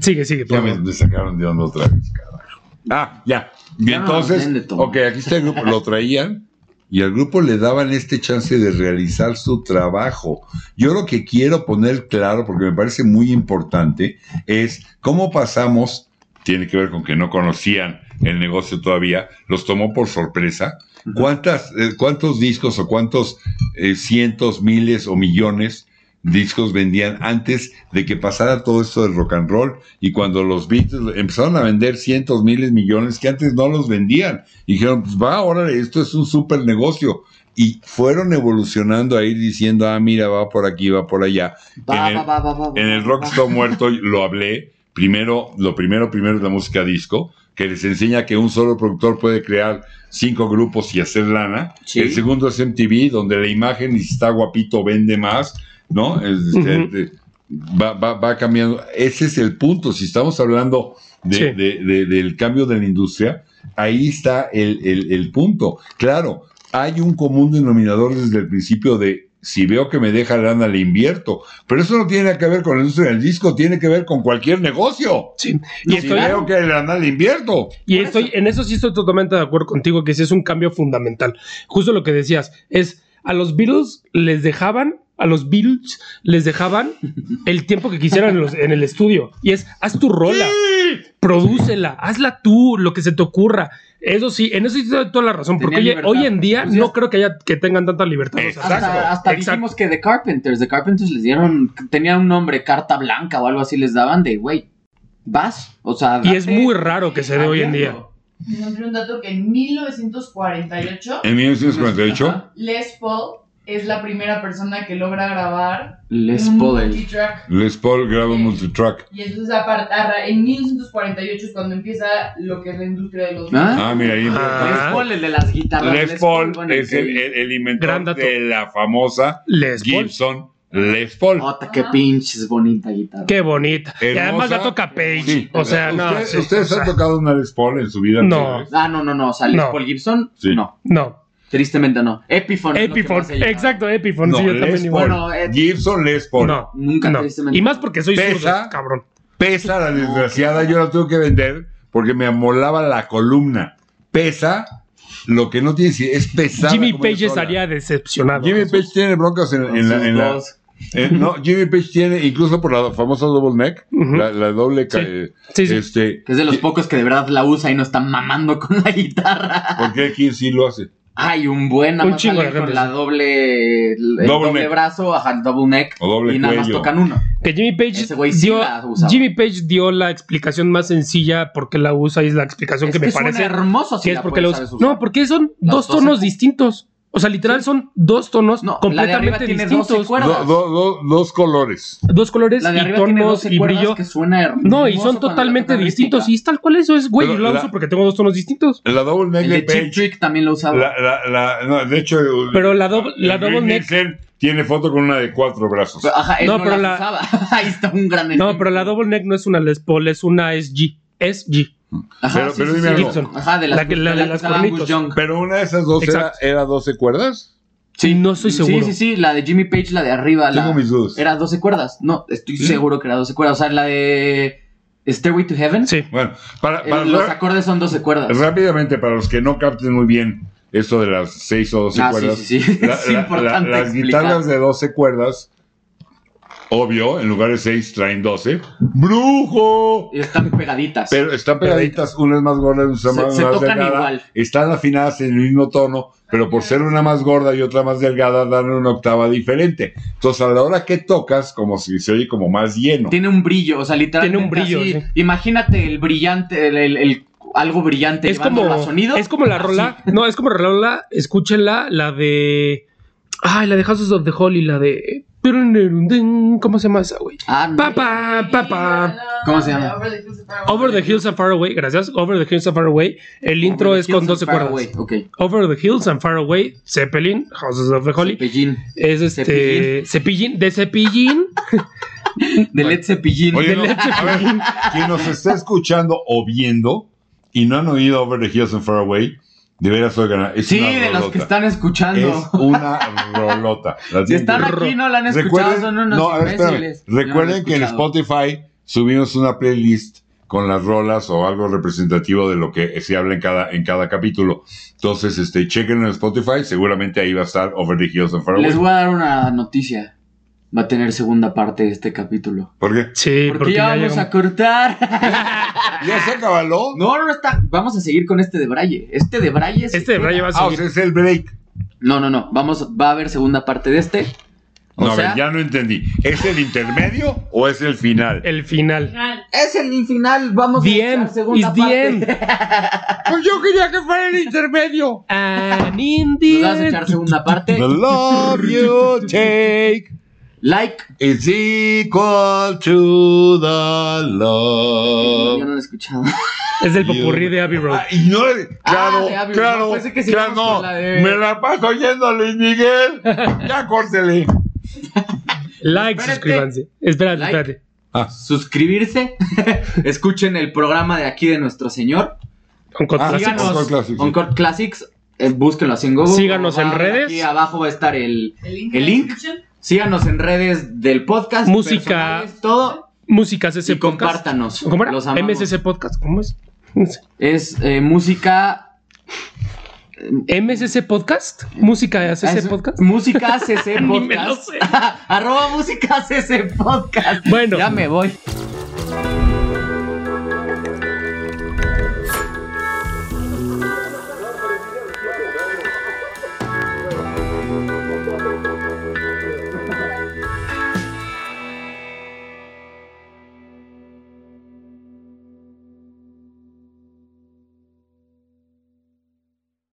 Speaker 2: Sigue, sigue. por
Speaker 1: Ya me,
Speaker 2: favor.
Speaker 1: me sacaron de onda otra vez, carajo. Ah, ya. Y
Speaker 3: Ya no
Speaker 1: entonces.
Speaker 3: nos den de tomar.
Speaker 1: ok, aquí está el grupo. Lo traían. Y al grupo le daban este chance de realizar su trabajo. Yo lo que quiero poner claro, porque me parece muy importante, es cómo pasamos, tiene que ver con que no conocían el negocio todavía, los tomó por sorpresa. ¿Cuántas, eh, ¿Cuántos discos o cuántos eh, cientos, miles o millones de discos vendían antes de que pasara todo esto del rock and roll? Y cuando los Beatles empezaron a vender cientos, miles, millones que antes no los vendían, dijeron, pues va, órale, esto es un súper negocio. Y fueron evolucionando a ir diciendo, ah, mira, va por aquí, va por allá.
Speaker 3: Va,
Speaker 1: En
Speaker 3: va,
Speaker 1: el-
Speaker 3: va, va, va,
Speaker 1: En
Speaker 3: va,
Speaker 1: el
Speaker 3: va,
Speaker 1: Rock
Speaker 3: va.
Speaker 1: Está Muerto lo hablé. Primero, lo primero, primero es la música disco, que les enseña que un solo productor puede crear cinco grupos y hacer lana.
Speaker 3: Sí.
Speaker 1: El segundo es MTV, donde la imagen, y si está guapito, vende más, ¿no? Es- este,
Speaker 2: Ujú.
Speaker 1: de- va, va- va cambiando. Ese es el punto. Si estamos hablando de-
Speaker 2: Sí.
Speaker 1: de- de- del cambio de la industria, ahí está el, el- el punto. Claro, hay un común denominador desde el principio de si veo que me deja lana, le invierto. Pero eso no tiene nada que ver con la industria del disco, tiene que ver con cualquier negocio.
Speaker 2: Sí.
Speaker 1: Y
Speaker 2: Y estoy,
Speaker 1: veo que lana le invierto.
Speaker 2: y estoy, en eso sí estoy totalmente de acuerdo contigo, que sí es un cambio fundamental. Justo lo que decías, es a los Beatles les dejaban, a los Beatles les dejaban el tiempo que quisieran en, los- en el estudio. Y es, haz tu rola. Prodúcela, hazla tú, lo que se te ocurra. Eso sí, en eso sí te doy toda la razón, porque
Speaker 3: Tenían
Speaker 2: oye,
Speaker 3: libertad.
Speaker 2: hoy en día
Speaker 3: Pues ya
Speaker 2: no
Speaker 3: está.
Speaker 2: creo que haya que tengan tanta libertad. o sea,
Speaker 1: Exacto,
Speaker 3: Hasta, hasta
Speaker 2: exacto.
Speaker 3: dijimos que The Carpenters, The Carpenters les dieron, tenían un nombre, carta blanca o algo así, les daban de, güey, vas, o sea,
Speaker 2: y es
Speaker 3: date
Speaker 2: muy raro que se dé hoy en día.
Speaker 3: abierto.
Speaker 4: Encontré un dato que en 1948
Speaker 1: En 1948,
Speaker 3: Ajá.
Speaker 4: Les Paul es la primera persona que logra grabar
Speaker 3: Les
Speaker 4: un
Speaker 3: Podel.
Speaker 4: multitrack.
Speaker 1: Les Paul graba un multitrack.
Speaker 4: Y entonces apart- arra- en 1948 es cuando empieza lo que es la industria de los...
Speaker 3: ¿Ah?
Speaker 1: Ah, mira, ahí
Speaker 2: Ah.
Speaker 3: Les Paul, el de las guitarras.
Speaker 1: Les Paul
Speaker 3: bueno,
Speaker 1: es
Speaker 3: que-
Speaker 1: el, el- el
Speaker 2: Gran
Speaker 1: inventor
Speaker 2: dato.
Speaker 1: de la famosa
Speaker 2: Les Paul.
Speaker 1: Gibson Les Paul.
Speaker 3: Ota, qué pinches bonita guitarra.
Speaker 2: Qué bonita. Y además
Speaker 1: Hermosa.
Speaker 2: la toca Page.
Speaker 1: Sí.
Speaker 2: O sea, no.
Speaker 1: ¿Usted-
Speaker 2: sí,
Speaker 1: ¿Ustedes
Speaker 2: o sea,
Speaker 1: han tocado una Les Paul en su vida?
Speaker 2: No.
Speaker 1: alguna vez?
Speaker 3: Ah, no, no, no, o sea, Les
Speaker 2: No.
Speaker 3: Paul Gibson,
Speaker 1: Sí.
Speaker 3: no,
Speaker 2: No.
Speaker 3: tristemente no. Epiphone. es lo que
Speaker 2: Epiphone.
Speaker 3: más he llegado.
Speaker 2: Exacto, Epiphone.
Speaker 1: No,
Speaker 2: sí, yo también
Speaker 1: Les
Speaker 2: igual.
Speaker 1: Paul.
Speaker 3: Bueno, eh,
Speaker 1: Gibson Les Paul.
Speaker 2: No.
Speaker 3: Nunca,
Speaker 2: no.
Speaker 3: tristemente.
Speaker 2: Y más porque soy
Speaker 1: Pesa.
Speaker 2: zurdo, cabrón.
Speaker 1: Pesa la desgraciada, yo la tuve que vender porque me amolaba la columna. Pesa lo que no tiene, es pesada.
Speaker 2: Jimmy
Speaker 1: como
Speaker 2: Page
Speaker 1: sola.
Speaker 2: estaría decepcionado.
Speaker 1: Jimmy Page tiene broncas en, en la. en la- eh, no, Jimmy Page tiene, incluso por la famosa double neck,
Speaker 2: Ujú.
Speaker 1: la, la doble. ca-
Speaker 2: Sí.
Speaker 1: eh,
Speaker 2: Sí, sí.
Speaker 1: Este,
Speaker 3: Que es de los pocos que de verdad la usa y no está mamando con la guitarra.
Speaker 1: porque aquí sí lo hace.
Speaker 3: Ay, un buen nada
Speaker 2: Un
Speaker 3: más
Speaker 2: chingo
Speaker 3: salen
Speaker 2: de
Speaker 3: con
Speaker 2: gente,
Speaker 3: la
Speaker 2: sí.
Speaker 3: doble, el
Speaker 1: Double
Speaker 3: doble,
Speaker 1: neck.
Speaker 3: brazo, ajá, el double neck.
Speaker 1: O doble
Speaker 3: y nada más
Speaker 1: cuello.
Speaker 3: tocan uno.
Speaker 2: Que Jimmy Page,
Speaker 3: Ese güey sí
Speaker 2: dio,
Speaker 3: la usaba.
Speaker 2: Jimmy Page dio la explicación más sencilla porque la usa y es la explicación
Speaker 3: Es
Speaker 2: que me
Speaker 3: es un
Speaker 2: parece
Speaker 3: hermoso si
Speaker 2: que es
Speaker 3: la
Speaker 2: porque la
Speaker 3: puedes,
Speaker 2: usa.
Speaker 3: sabes usar.
Speaker 2: No, porque son
Speaker 3: Las
Speaker 2: dos
Speaker 3: dos
Speaker 2: tonos
Speaker 3: se-
Speaker 2: distintos. O sea, literal son dos tonos
Speaker 3: No, la de arriba
Speaker 2: pues, completamente
Speaker 3: tiene
Speaker 2: distintos.
Speaker 3: 12 cuerdas.
Speaker 1: Do- do- do- dos colores.
Speaker 2: dos colores
Speaker 3: la de
Speaker 2: y
Speaker 3: arriba tiene
Speaker 2: tonos
Speaker 3: 12
Speaker 2: y
Speaker 3: cuerdas
Speaker 2: brillo.
Speaker 3: que suena hermoso.
Speaker 2: No, y son
Speaker 3: cuando la
Speaker 2: totalmente
Speaker 3: tocan
Speaker 2: distintos. Y
Speaker 3: rítmica.
Speaker 2: es tal cual eso es, güey.
Speaker 1: Pero
Speaker 2: yo la,
Speaker 1: la-
Speaker 2: uso porque tengo dos tonos distintos.
Speaker 1: La double neck
Speaker 3: El
Speaker 1: de
Speaker 3: de Cheap
Speaker 1: Page.
Speaker 3: Trick también lo usaba.
Speaker 1: La, la, la, no, de hecho, el-
Speaker 2: Pero la, doble- la
Speaker 1: el
Speaker 2: double
Speaker 1: Rick
Speaker 2: neck.
Speaker 1: Nielsen tiene foto con una de cuatro brazos.
Speaker 3: Pero, Ajá, él
Speaker 2: No,
Speaker 3: no,
Speaker 2: pero la-
Speaker 3: la usaba. Ahí está un gran
Speaker 2: No, pero la double neck no es una Les Paul, es una SG. SG.
Speaker 3: Ajá,
Speaker 1: Pero-
Speaker 3: sí,
Speaker 1: pero
Speaker 3: sí,
Speaker 1: dime
Speaker 3: sí.
Speaker 1: algo.
Speaker 2: Gibson.
Speaker 3: Ajá, de las,
Speaker 2: La que- la de las
Speaker 3: usaba Angus
Speaker 2: cuernitos.
Speaker 3: Young.
Speaker 1: Pero una de esas dos era,
Speaker 2: Exacto.
Speaker 1: era 12 cuerdas.
Speaker 2: Sí, no estoy seguro.
Speaker 3: Sí, sí, sí, la de Jimmy Page, la de arriba. la-
Speaker 1: Tengo mis dudas.
Speaker 3: Era 12 cuerdas. No, estoy
Speaker 1: Sí.
Speaker 3: seguro que era 12 cuerdas. O sea, la de Stairway to Heaven.
Speaker 2: Sí.
Speaker 1: Bueno, para,
Speaker 3: eh,
Speaker 1: para-
Speaker 3: los acordes son 12 cuerdas.
Speaker 1: rápidamente, para los que no capten muy bien esto de las 6 o 12
Speaker 3: Ah, sí,
Speaker 1: cuerdas,
Speaker 3: sí, sí.
Speaker 1: la-
Speaker 3: es
Speaker 1: la-
Speaker 3: importante
Speaker 1: la- las
Speaker 3: explicar.
Speaker 1: guitarras de 12 cuerdas Obvio, en lugar de 6 traen 12. ¡Brujo!
Speaker 3: Y están pegaditas.
Speaker 1: Pero están pegaditas, una es más gorda, una es
Speaker 3: Se-
Speaker 1: más,
Speaker 3: se
Speaker 1: más
Speaker 3: tocan
Speaker 1: delgada.
Speaker 3: igual.
Speaker 1: Están afinadas en el mismo tono, pero por ser una más gorda y otra más delgada, dan una octava diferente. Entonces, a la hora que tocas, como si se oye como más lleno.
Speaker 3: Tiene un brillo, o sea, literalmente.
Speaker 2: Tiene un brillo,
Speaker 3: así.
Speaker 2: sí.
Speaker 3: Imagínate el brillante, el, el- el- algo brillante.
Speaker 2: Es como,
Speaker 3: llevándola a sonido.
Speaker 2: es como la rola. No, es como la rola. Escúchenla, la de. Ay, la de Houses of the Holy, la de. ¿Cómo se llama esa, güey?
Speaker 3: Ah, no.
Speaker 2: Papá, papá.
Speaker 3: ¿Cómo se llama?
Speaker 4: Over the Hills and Far Away.
Speaker 2: Over the Hills and Far Away, gracias. Over the Hills and Far Away. El intro
Speaker 3: Over the
Speaker 2: es con
Speaker 3: Hills
Speaker 2: 12
Speaker 3: and Far
Speaker 2: cuerdas.
Speaker 3: Away, Ok.
Speaker 2: Over the Hills and Far Away, Zeppelin, Houses of the Holy.
Speaker 3: Cepillín.
Speaker 2: Es este. Cepillín, de Cepillín.
Speaker 3: De Led Cepillín.
Speaker 1: Oye, no,
Speaker 2: Del
Speaker 1: a ver, quien nos está escuchando o viendo y no han oído Over the Hills and Far Away, de veras oigan. Es
Speaker 3: sí,
Speaker 1: una
Speaker 3: de los
Speaker 1: rolota.
Speaker 3: que están escuchando.
Speaker 1: Es una rolota. La
Speaker 3: Si están
Speaker 1: tienen que-
Speaker 3: aquí, no la han escuchado, son unos
Speaker 1: no, a ver, espérame.
Speaker 3: imbéciles.
Speaker 1: Recuerden
Speaker 3: No la han
Speaker 1: que en
Speaker 3: escuchado.
Speaker 1: Spotify subimos una playlist con las rolas o algo representativo de lo que se habla en cada, en cada capítulo. Entonces, este, chequen en Spotify, seguramente ahí va a estar Over the Hills and Far Away.
Speaker 3: Les voy a dar una noticia. Va a tener segunda parte de este capítulo.
Speaker 1: ¿Por qué?
Speaker 2: Sí,
Speaker 3: porque,
Speaker 2: porque
Speaker 3: ya
Speaker 2: ya
Speaker 3: vamos
Speaker 2: llegamos.
Speaker 3: a cortar.
Speaker 1: ¿Ya se acabaló?
Speaker 3: No, no está. Vamos a seguir con este de Braille. Este de Braille. se
Speaker 2: Este de
Speaker 3: queda.
Speaker 2: Braille va a
Speaker 1: Ah, o
Speaker 2: seguir.
Speaker 1: sea, es el break.
Speaker 3: No, no, no. Vamos, va a haber segunda parte de este. O
Speaker 1: No, a
Speaker 3: sea,
Speaker 1: ver, ya no entendí. ¿Es el intermedio o es el final?
Speaker 2: El final.
Speaker 4: Final.
Speaker 3: es el final. Vamos
Speaker 2: The
Speaker 3: a
Speaker 2: end.
Speaker 3: la segunda
Speaker 2: It's the
Speaker 3: parte.
Speaker 2: end.
Speaker 1: Pues yo quería que fuera el intermedio.
Speaker 2: An
Speaker 3: Nos vas a echar
Speaker 2: Indian.
Speaker 3: segunda parte.
Speaker 1: The love you take
Speaker 3: Like.
Speaker 1: is equal to the
Speaker 3: Yo no
Speaker 1: love.
Speaker 3: lo he escuchado.
Speaker 2: Es el popurrí de Abbey Road.
Speaker 1: Ah, y no, claro,
Speaker 3: de Abbey Road.
Speaker 1: claro,
Speaker 3: Pensé que sí
Speaker 1: claro,
Speaker 3: íbamos
Speaker 1: no.
Speaker 3: con la de-
Speaker 1: Me la paso oyendo a Luis Miguel. Ya córtele.
Speaker 2: Like,
Speaker 3: Espérate.
Speaker 2: suscríbanse. Espérate,
Speaker 3: Like.
Speaker 2: espérate.
Speaker 3: Suscribirse. Escuchen el programa de aquí de nuestro señor.
Speaker 2: Con
Speaker 1: Ah,
Speaker 2: contraseña.
Speaker 3: Ah, Síganos.
Speaker 1: Encore Classics.
Speaker 3: Encore Classics. eh, búsquenlo así en Google.
Speaker 2: Síganos
Speaker 3: Va a
Speaker 2: en
Speaker 3: haber
Speaker 2: redes.
Speaker 3: Aquí abajo va a estar el.
Speaker 4: El link.
Speaker 3: ¿El link? Síganos en redes del podcast.
Speaker 2: Música.
Speaker 3: personales, Todo.
Speaker 2: Músicas
Speaker 3: Y
Speaker 2: ese podcast.
Speaker 3: compártanos.
Speaker 2: ¿Cómo era?
Speaker 3: Los amamos.
Speaker 2: MSC Podcast. ¿Cómo es? No sé.
Speaker 3: Es eh, música.
Speaker 2: MSC Podcast. Música hace
Speaker 3: Ah, es-
Speaker 2: ese podcast.
Speaker 3: Música ACC
Speaker 2: Ni me lo
Speaker 3: Podcast.
Speaker 2: sé.
Speaker 3: Arroba música ACC Podcast.
Speaker 2: Bueno.
Speaker 3: Ya me voy.